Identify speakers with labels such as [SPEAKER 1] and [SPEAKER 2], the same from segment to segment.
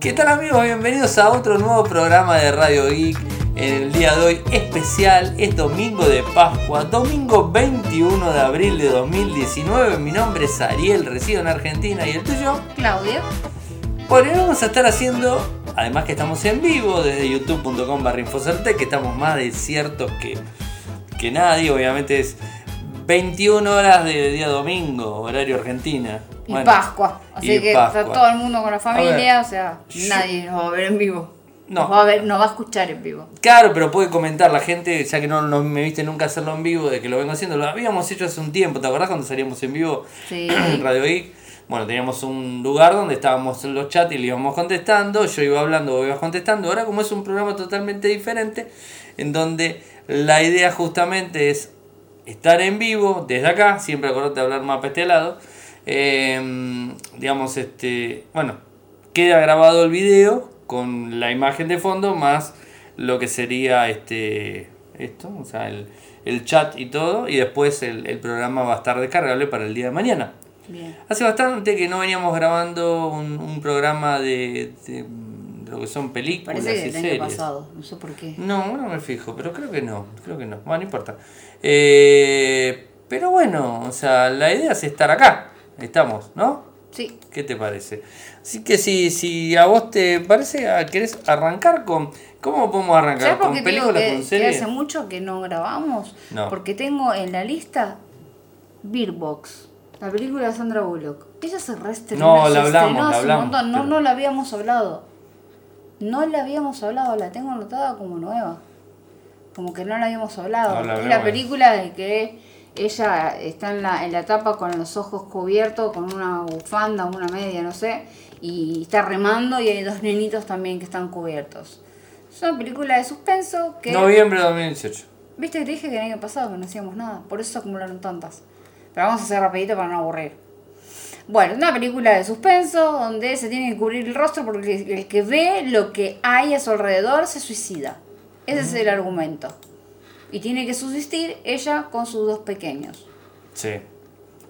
[SPEAKER 1] ¿Qué tal amigos? Bienvenidos a otro nuevo programa de Radio Geek. En el día de hoy especial es domingo de Pascua, domingo 21 de abril de 2019. Mi nombre es Ariel, resido en Argentina y el tuyo.
[SPEAKER 2] Claudio.
[SPEAKER 1] Bueno, y vamos a estar haciendo, además que estamos en vivo desde youtube.com barra infocertec, que estamos más desiertos que, que nadie, obviamente es 21 horas de día domingo, horario argentina.
[SPEAKER 2] Y
[SPEAKER 1] Bueno,
[SPEAKER 2] Pascua. Así
[SPEAKER 1] y
[SPEAKER 2] que
[SPEAKER 1] Pascua.
[SPEAKER 2] está todo el mundo con la familia,
[SPEAKER 1] A
[SPEAKER 2] o sea,
[SPEAKER 1] yo-
[SPEAKER 2] nadie nos va a ver en vivo.
[SPEAKER 1] No.
[SPEAKER 2] Nos va a ver, nos va a escuchar en vivo.
[SPEAKER 1] Claro, pero puede comentar la gente, ya que no, no me viste nunca hacerlo en vivo, de que lo vengo haciendo. Lo habíamos hecho hace un tiempo, ¿te acordás cuando salíamos en vivo
[SPEAKER 2] Sí.
[SPEAKER 1] en Radio Geek? Bueno, teníamos un lugar donde estábamos en los chats y le íbamos contestando, yo iba hablando, vos ibas contestando. Ahora como es un programa totalmente diferente, en donde la idea justamente es estar en vivo desde acá, siempre acordate de hablar más para este lado. Eh, digamos, este, bueno, queda grabado el video con la imagen de fondo más lo que sería este esto, o sea, el, el chat y todo, y después el, el programa va a estar descargable para el día de mañana.
[SPEAKER 2] Bien.
[SPEAKER 1] Hace bastante que no veníamos grabando un, un programa de, de, mm, lo que son películas
[SPEAKER 2] Parece que
[SPEAKER 1] y
[SPEAKER 2] el año
[SPEAKER 1] series.
[SPEAKER 2] pasado, no sé por qué.
[SPEAKER 1] No, no me fijo, pero creo que no, creo que no. Bueno, no importa. Eh, pero bueno, o sea, la idea es estar acá. Estamos, ¿no?
[SPEAKER 2] Sí.
[SPEAKER 1] ¿Qué te parece? Así que si, si a vos te parece, ah, ¿querés arrancar con... ¿Cómo podemos arrancar?
[SPEAKER 2] ¿Sabes por
[SPEAKER 1] ¿Con
[SPEAKER 2] qué te digo
[SPEAKER 1] películas,
[SPEAKER 2] que,
[SPEAKER 1] con
[SPEAKER 2] que
[SPEAKER 1] series?
[SPEAKER 2] hace mucho que no grabamos?
[SPEAKER 1] No.
[SPEAKER 2] Porque tengo en la lista Beerbox, la película de Sandra Bullock. Ella se reestrenó.
[SPEAKER 1] No, la hablamos,
[SPEAKER 2] se estrenó
[SPEAKER 1] la
[SPEAKER 2] hace un
[SPEAKER 1] hablamos,
[SPEAKER 2] montón. No,
[SPEAKER 1] pero-
[SPEAKER 2] no la habíamos hablado. No la habíamos hablado, la tengo anotada como nueva. Como que no la habíamos
[SPEAKER 1] No
[SPEAKER 2] hablado.
[SPEAKER 1] la
[SPEAKER 2] es
[SPEAKER 1] hablamos.
[SPEAKER 2] la película de que ella está en la, en la tapa con los ojos cubiertos, con una bufanda, una media, no sé, y está remando y hay dos nenitos también que están cubiertos. Es una película de suspenso que...
[SPEAKER 1] Noviembre de 2018.
[SPEAKER 2] Viste que te dije que el año pasado que no hacíamos nada, por eso se acumularon tantas. Pero vamos a hacer rapidito para no aburrir. Bueno, una película de suspenso donde se tiene que cubrir el rostro porque el que ve lo que hay a su alrededor se suicida. Ese es
[SPEAKER 1] Mm.
[SPEAKER 2] el argumento. Y tiene que subsistir ella con sus dos pequeños.
[SPEAKER 1] Sí.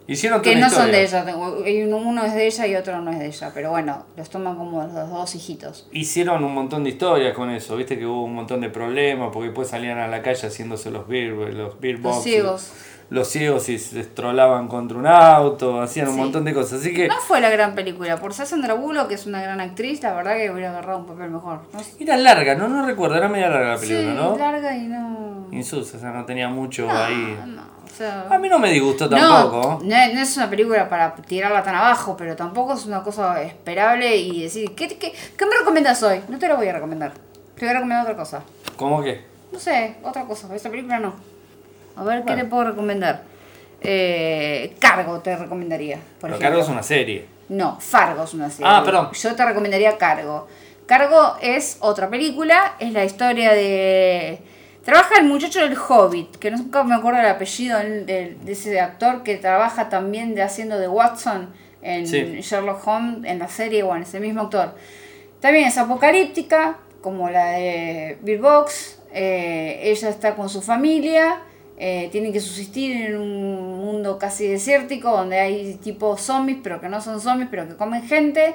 [SPEAKER 1] Hicieron toda
[SPEAKER 2] Que
[SPEAKER 1] una
[SPEAKER 2] no son
[SPEAKER 1] historia.
[SPEAKER 2] de ella, tengo- hay uno uno es de ella y otro no es de ella. Pero bueno, los toman como los dos hijitos.
[SPEAKER 1] Hicieron un montón de historias con eso, viste que hubo un montón de problemas, porque después salían a la calle haciéndose los beer, los beer
[SPEAKER 2] Los
[SPEAKER 1] box,
[SPEAKER 2] ciegos.
[SPEAKER 1] Los ciegos y se estrolaban contra un auto, hacían un
[SPEAKER 2] Sí.
[SPEAKER 1] montón de cosas. Así que
[SPEAKER 2] No fue la gran película. Por ser Sandra Bullock, que es una gran actriz, la verdad que hubiera agarrado un papel mejor. No sé.
[SPEAKER 1] era larga, no, no recuerdo, era media larga la
[SPEAKER 2] Sí,
[SPEAKER 1] película, ¿no?
[SPEAKER 2] larga y no.
[SPEAKER 1] Insusa, o sea, no tenía mucho ahí.
[SPEAKER 2] No, o sea-
[SPEAKER 1] A mí Ah, no me disgustó
[SPEAKER 2] No,
[SPEAKER 1] tampoco.
[SPEAKER 2] no es no es una película para tirarla tan abajo, pero tampoco es una cosa esperable y decir, ¿qué, qué, qué me recomiendas hoy? No te la voy a recomendar. Te voy a recomendar otra cosa.
[SPEAKER 1] ¿Cómo que?
[SPEAKER 2] No sé, otra cosa. Esta película no. A ver, ¿qué te puedo recomendar? Eh, cargo te recomendaría. Por
[SPEAKER 1] Pero
[SPEAKER 2] ejemplo.
[SPEAKER 1] Cargo es una serie.
[SPEAKER 2] No, Fargo es una serie.
[SPEAKER 1] Ah, perdón.
[SPEAKER 2] Yo te recomendaría Cargo. Cargo es otra película, es la historia de... Trabaja el muchacho del Hobbit, que nunca me acuerdo el apellido del- del- de ese actor que trabaja también de haciendo de Watson en
[SPEAKER 1] Sí.
[SPEAKER 2] Sherlock Holmes, en la serie o en ese mismo actor. También es apocalíptica, como la de Bill Box. eh, ella está con su familia, eh, tiene que subsistir en un mundo casi desértico donde hay tipo zombies, pero que no son zombies, pero que comen gente.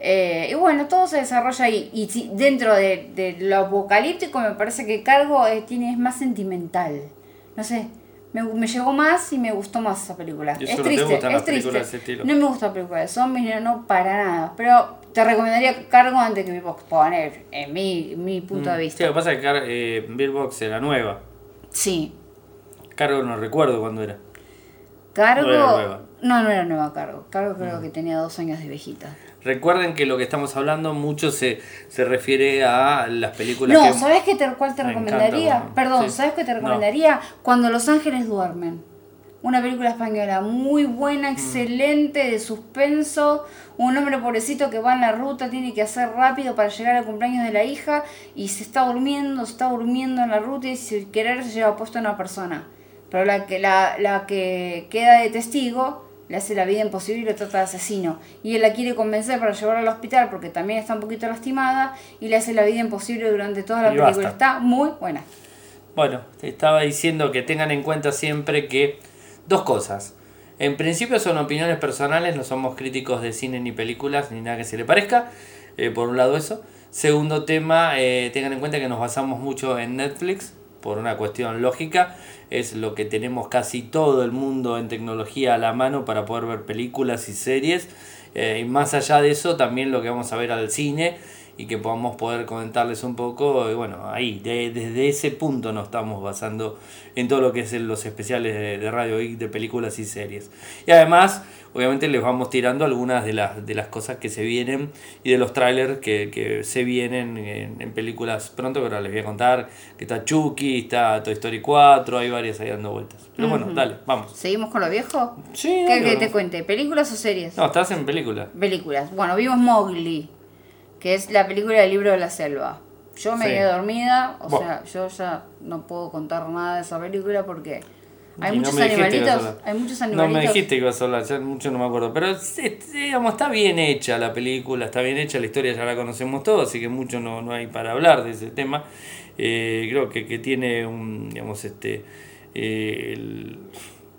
[SPEAKER 2] Eh, y bueno, todo se desarrolla ahí. Y si- dentro de, de lo apocalíptico, me parece que Cargo eh, tiene, es más sentimental. No sé, me, me llegó más y me gustó más esa película.
[SPEAKER 1] Y eso
[SPEAKER 2] es
[SPEAKER 1] no te
[SPEAKER 2] triste,
[SPEAKER 1] gustan
[SPEAKER 2] es
[SPEAKER 1] las
[SPEAKER 2] triste.
[SPEAKER 1] películas de ese estilo.
[SPEAKER 2] No me gusta película de zombies, no, no, para nada. Pero te recomendaría Cargo antes que me poner en mi, mi punto de
[SPEAKER 1] Mm, Sí, lo
[SPEAKER 2] vista.
[SPEAKER 1] que pasa es que Car- eh, Beer Box era nueva.
[SPEAKER 2] Sí,
[SPEAKER 1] Cargo no recuerdo cuándo era.
[SPEAKER 2] Cargo.
[SPEAKER 1] No era nueva. Mm.
[SPEAKER 2] No, no era nueva Cargo. Cargo creo que tenía dos años de viejita.
[SPEAKER 1] Recuerden que lo que estamos hablando mucho se, se refiere a las películas que...
[SPEAKER 2] No, ¿sabes qué te, cuál te
[SPEAKER 1] Me
[SPEAKER 2] recomendaría?
[SPEAKER 1] encanta, bueno,
[SPEAKER 2] Perdón,
[SPEAKER 1] sí.
[SPEAKER 2] ¿sabes qué te
[SPEAKER 1] No.
[SPEAKER 2] recomendaría? Cuando los ángeles duermen. Una película española muy
[SPEAKER 1] Mm.
[SPEAKER 2] buena, excelente, de suspenso. Un hombre pobrecito que va en la ruta, tiene que hacer rápido para llegar al cumpleaños de la hija y se está durmiendo, se está durmiendo en la ruta y sin querer se lleva puesto a una persona. Pero la que, la, la que queda de testigo le hace la vida imposible y lo trata de asesino. Y él la quiere convencer para llevarla al hospital porque también está un poquito lastimada y le hace la vida imposible durante toda la
[SPEAKER 1] Y
[SPEAKER 2] película.
[SPEAKER 1] basta.
[SPEAKER 2] Está muy buena.
[SPEAKER 1] Bueno, te estaba diciendo que tengan en cuenta siempre que dos cosas. En principio son opiniones personales, no somos críticos de cine ni películas ni nada que se le parezca. Eh, por un lado eso. Segundo tema, eh, tengan en cuenta que nos basamos mucho en Netflix por una cuestión lógica. Es lo que tenemos casi todo el mundo en tecnología a la mano para poder ver películas y series. Eh, y más allá de eso, también lo que vamos a ver al cine y que podamos poder comentarles un poco. Y bueno, ahí, de- desde ese punto nos estamos basando en todo lo que es en los especiales de, de Radio Geek, de películas y series. Y además, obviamente les vamos tirando algunas de las, de las cosas que se vienen y de los trailers que, que se vienen en, en películas pronto, pero ahora les voy a contar que está Chucky, está Toy Story 4, hay varias ahí dando vueltas. Pero bueno, dale, vamos.
[SPEAKER 2] ¿Seguimos con lo viejo?
[SPEAKER 1] Sí,
[SPEAKER 2] ¿Qué,
[SPEAKER 1] dale,
[SPEAKER 2] que te
[SPEAKER 1] vamos.
[SPEAKER 2] cuente? ¿Películas o series?
[SPEAKER 1] no, estás en película.
[SPEAKER 2] Películas. Bueno, vimos Mowgli, que es la película del libro de la selva. Yo me
[SPEAKER 1] Sí.
[SPEAKER 2] quedé dormida, o
[SPEAKER 1] Bueno.
[SPEAKER 2] sea, yo ya no puedo contar nada de esa película porque hay
[SPEAKER 1] Y no
[SPEAKER 2] muchos
[SPEAKER 1] me dijiste que ibas a
[SPEAKER 2] animalitos,
[SPEAKER 1] hablar.
[SPEAKER 2] hay muchos
[SPEAKER 1] No
[SPEAKER 2] animalitos.
[SPEAKER 1] me dijiste que ibas a hablar, ya mucho no me acuerdo. Pero es- es- digamos, está bien hecha la película, está bien hecha la historia, ya la conocemos todos, así que mucho no, no hay para hablar de ese tema. Eh, creo que, que tiene un, digamos, este, eh, el-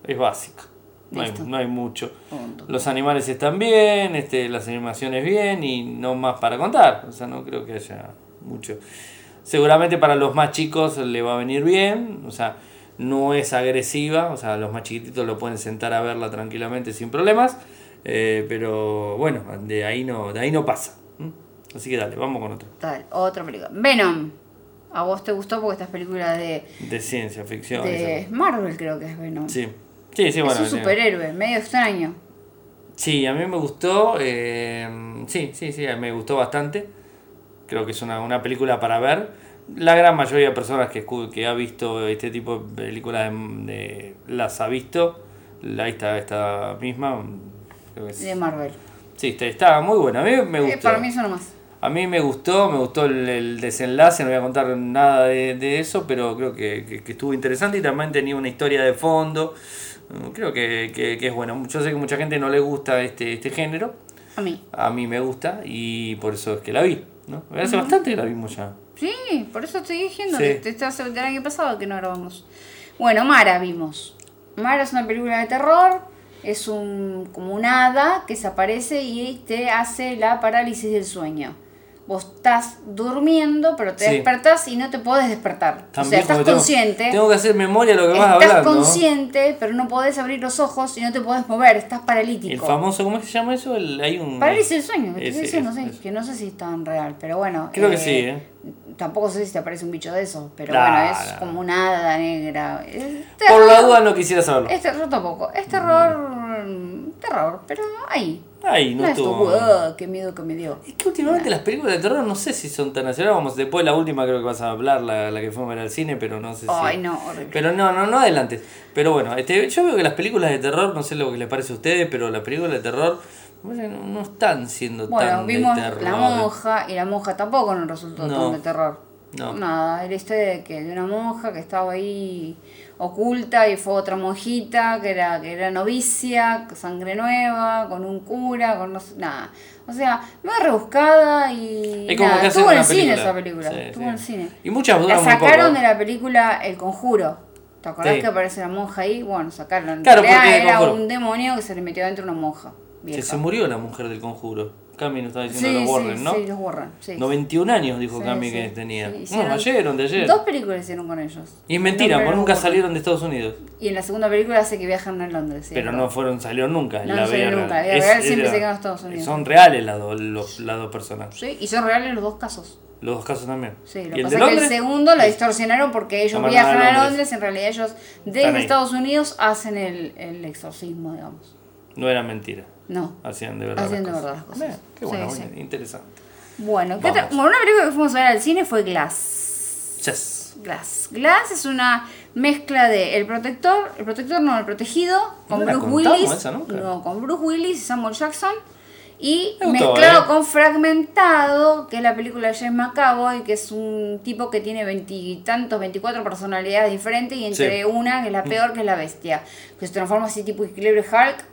[SPEAKER 1] es básica. No hay,
[SPEAKER 2] Listo.
[SPEAKER 1] no hay mucho.
[SPEAKER 2] Punto.
[SPEAKER 1] Los animales están bien, este, las animaciones bien y no más para contar. O sea, no creo que haya mucho. Seguramente para los más chicos le va a venir bien, o sea, no es agresiva, o sea, los más chiquititos lo pueden sentar a verla tranquilamente sin problemas, eh, pero bueno, de ahí no, de ahí no pasa. ¿m? Así que dale, vamos con otro.
[SPEAKER 2] Tal, otra película. Venom. ¿A vos te gustó porque estas películas de,
[SPEAKER 1] De ciencia ficción.
[SPEAKER 2] de Marvel creo que es Venom?
[SPEAKER 1] esa. Sí, sí, sí, bueno.
[SPEAKER 2] es un
[SPEAKER 1] sí.
[SPEAKER 2] superhéroe, medio extraño.
[SPEAKER 1] Sí, a mí me gustó. eh, sí, sí, sí, me gustó bastante. Creo que es una, una película para ver. La gran mayoría de personas que, escu- que ha visto este tipo de películas de- de- las ha visto. La esta, esta misma. creo que es-
[SPEAKER 2] De Marvel.
[SPEAKER 1] Sí, está, está muy buena. A mí me
[SPEAKER 2] Eh,
[SPEAKER 1] gustó.
[SPEAKER 2] para mí eso nomás.
[SPEAKER 1] A mí me gustó, me gustó el, el desenlace, no voy a contar nada de, de eso, pero creo que, que- que estuvo interesante y también tenía una historia de fondo. Mm, Creo que, que- que es bueno. Yo sé que mucha gente no le gusta este, este género,
[SPEAKER 2] A mí.
[SPEAKER 1] a mí me gusta y por eso es que la vi. ¿no? Hace bastante que la vimos ya.
[SPEAKER 2] Sí, por eso estoy diciendo
[SPEAKER 1] Sí.
[SPEAKER 2] que te estás el año pasado que no grabamos. Bueno, Mara vimos. Mara es una película de terror, es un como un hada que se aparece y te hace la parálisis del sueño. Vos estás durmiendo, pero te
[SPEAKER 1] Sí.
[SPEAKER 2] despertás y no te podés despertar. o sea,
[SPEAKER 1] También
[SPEAKER 2] estás
[SPEAKER 1] como tengo-
[SPEAKER 2] consciente.
[SPEAKER 1] Tengo que hacer memoria de lo que vas
[SPEAKER 2] Estás
[SPEAKER 1] hablando. ¿no?
[SPEAKER 2] consciente, pero no podés abrir los ojos y no te podés mover, estás paralítico.
[SPEAKER 1] El famoso, ¿cómo es que se llama eso? El, hay un.
[SPEAKER 2] Parálisis del sueño, que,
[SPEAKER 1] Ese,
[SPEAKER 2] te estoy diciendo,
[SPEAKER 1] ese,
[SPEAKER 2] sí,
[SPEAKER 1] ese.
[SPEAKER 2] que no sé si es tan real, pero bueno.
[SPEAKER 1] Creo que sí, ¿eh?
[SPEAKER 2] Tampoco sé si te aparece un bicho de esos, pero
[SPEAKER 1] Nah,
[SPEAKER 2] bueno, es
[SPEAKER 1] nah.
[SPEAKER 2] como una hada negra. Es
[SPEAKER 1] Por la
[SPEAKER 2] terror,
[SPEAKER 1] duda no quisiera saberlo.
[SPEAKER 2] Es terror tampoco, es terror, mm, terror, pero ahí.
[SPEAKER 1] Ay,
[SPEAKER 2] No,
[SPEAKER 1] no,
[SPEAKER 2] es tu,
[SPEAKER 1] estuvo.
[SPEAKER 2] "Uah, qué miedo que me dio.
[SPEAKER 1] Es que últimamente las películas de terror no sé si son tan nacionales. Vamos, después la última creo que vas a hablar, la, la que fuimos a ver al cine, pero no sé si.
[SPEAKER 2] Ay, no, horrible.
[SPEAKER 1] Pero no, no, no adelante. Pero bueno, este, yo veo que las películas de terror, no sé lo que les parece a ustedes, pero las películas de terror me parece que no, no están siendo
[SPEAKER 2] Bueno,
[SPEAKER 1] tan
[SPEAKER 2] vimos
[SPEAKER 1] de terror.
[SPEAKER 2] La Monja y La Monja tampoco nos resultó
[SPEAKER 1] No.
[SPEAKER 2] tan de terror.
[SPEAKER 1] No.
[SPEAKER 2] Nada, era historia este de que de una monja que estaba ahí oculta y fue otra monjita que era que era novicia, con sangre nueva, con un cura, con no sé, nada. O sea, muy rebuscada y
[SPEAKER 1] Es como
[SPEAKER 2] nada,
[SPEAKER 1] que hacen
[SPEAKER 2] estuvo en
[SPEAKER 1] una
[SPEAKER 2] el cine
[SPEAKER 1] película.
[SPEAKER 2] esa película,
[SPEAKER 1] Sí,
[SPEAKER 2] estuvo
[SPEAKER 1] sí.
[SPEAKER 2] en el cine.
[SPEAKER 1] Y muchas
[SPEAKER 2] La
[SPEAKER 1] dudas muy poco.
[SPEAKER 2] sacaron de la película El Conjuro. ¿Te acordás
[SPEAKER 1] Sí.
[SPEAKER 2] que aparece la monja ahí? Bueno, sacaron. En
[SPEAKER 1] Claro,
[SPEAKER 2] realidad
[SPEAKER 1] porque El
[SPEAKER 2] era
[SPEAKER 1] Conjuro.
[SPEAKER 2] un demonio que se le metió dentro una monja.
[SPEAKER 1] Que
[SPEAKER 2] vieja.
[SPEAKER 1] se murió la mujer del conjuro. Cami nos estaba
[SPEAKER 2] Sí,
[SPEAKER 1] diciendo los Warren,
[SPEAKER 2] sí,
[SPEAKER 1] ¿no?
[SPEAKER 2] sí, los Warren, sí.
[SPEAKER 1] 91 años dijo
[SPEAKER 2] Sí,
[SPEAKER 1] Cami
[SPEAKER 2] sí,
[SPEAKER 1] que
[SPEAKER 2] sí,
[SPEAKER 1] tenía.
[SPEAKER 2] hicieron-
[SPEAKER 1] no, ayer, o de ayer.
[SPEAKER 2] Dos películas hicieron con ellos.
[SPEAKER 1] Y es mentira,
[SPEAKER 2] Dos
[SPEAKER 1] porque nunca
[SPEAKER 2] películas.
[SPEAKER 1] salieron de Estados Unidos.
[SPEAKER 2] Y en la segunda película hace que viajan a Londres. sí.
[SPEAKER 1] Pero no fueron, salieron nunca. en
[SPEAKER 2] No,
[SPEAKER 1] la
[SPEAKER 2] no
[SPEAKER 1] vida
[SPEAKER 2] salieron
[SPEAKER 1] real.
[SPEAKER 2] nunca, la vida
[SPEAKER 1] Es-
[SPEAKER 2] real siempre
[SPEAKER 1] era-
[SPEAKER 2] se quedan en Estados Unidos.
[SPEAKER 1] Son reales las dos, los, las dos personas.
[SPEAKER 2] Sí, y son reales los dos casos.
[SPEAKER 1] Los dos casos también.
[SPEAKER 2] Sí, lo
[SPEAKER 1] ¿Y
[SPEAKER 2] que
[SPEAKER 1] el de
[SPEAKER 2] pasa es que el
[SPEAKER 1] Londres?
[SPEAKER 2] segundo lo distorsionaron porque ellos
[SPEAKER 1] mandaron a
[SPEAKER 2] viajan a
[SPEAKER 1] Londres.
[SPEAKER 2] Londres. En realidad, ellos
[SPEAKER 1] Están
[SPEAKER 2] desde
[SPEAKER 1] ahí.
[SPEAKER 2] Estados Unidos hacen el, el exorcismo, digamos.
[SPEAKER 1] No era mentira.
[SPEAKER 2] No.
[SPEAKER 1] Hacían de verdad.
[SPEAKER 2] Hacían de
[SPEAKER 1] las
[SPEAKER 2] verdad las
[SPEAKER 1] cosas.
[SPEAKER 2] cosas.
[SPEAKER 1] Bien, qué bueno,
[SPEAKER 2] Sí,
[SPEAKER 1] bien, interesante.
[SPEAKER 2] Bueno, ¿qué otra-
[SPEAKER 1] Vamos.
[SPEAKER 2] bueno, una película que fuimos a ver al cine fue Glass.
[SPEAKER 1] Yes.
[SPEAKER 2] Glass. Glass es una mezcla de El Protector, El Protector no, El Protegido, con
[SPEAKER 1] No la
[SPEAKER 2] Bruce
[SPEAKER 1] contamos
[SPEAKER 2] Willis.
[SPEAKER 1] esa nunca.
[SPEAKER 2] No, con Bruce Willis y Samuel Jackson. Y
[SPEAKER 1] Me gustó,
[SPEAKER 2] mezclado
[SPEAKER 1] eh.
[SPEAKER 2] con Fragmentado, que es la película de James McAvoy, que es un tipo que tiene veintitantos, veinticuatro personalidades diferentes, y entre
[SPEAKER 1] Sí. Mm.
[SPEAKER 2] una que es la peor, que es la bestia, que se transforma así tipo Equilibrio Hulk,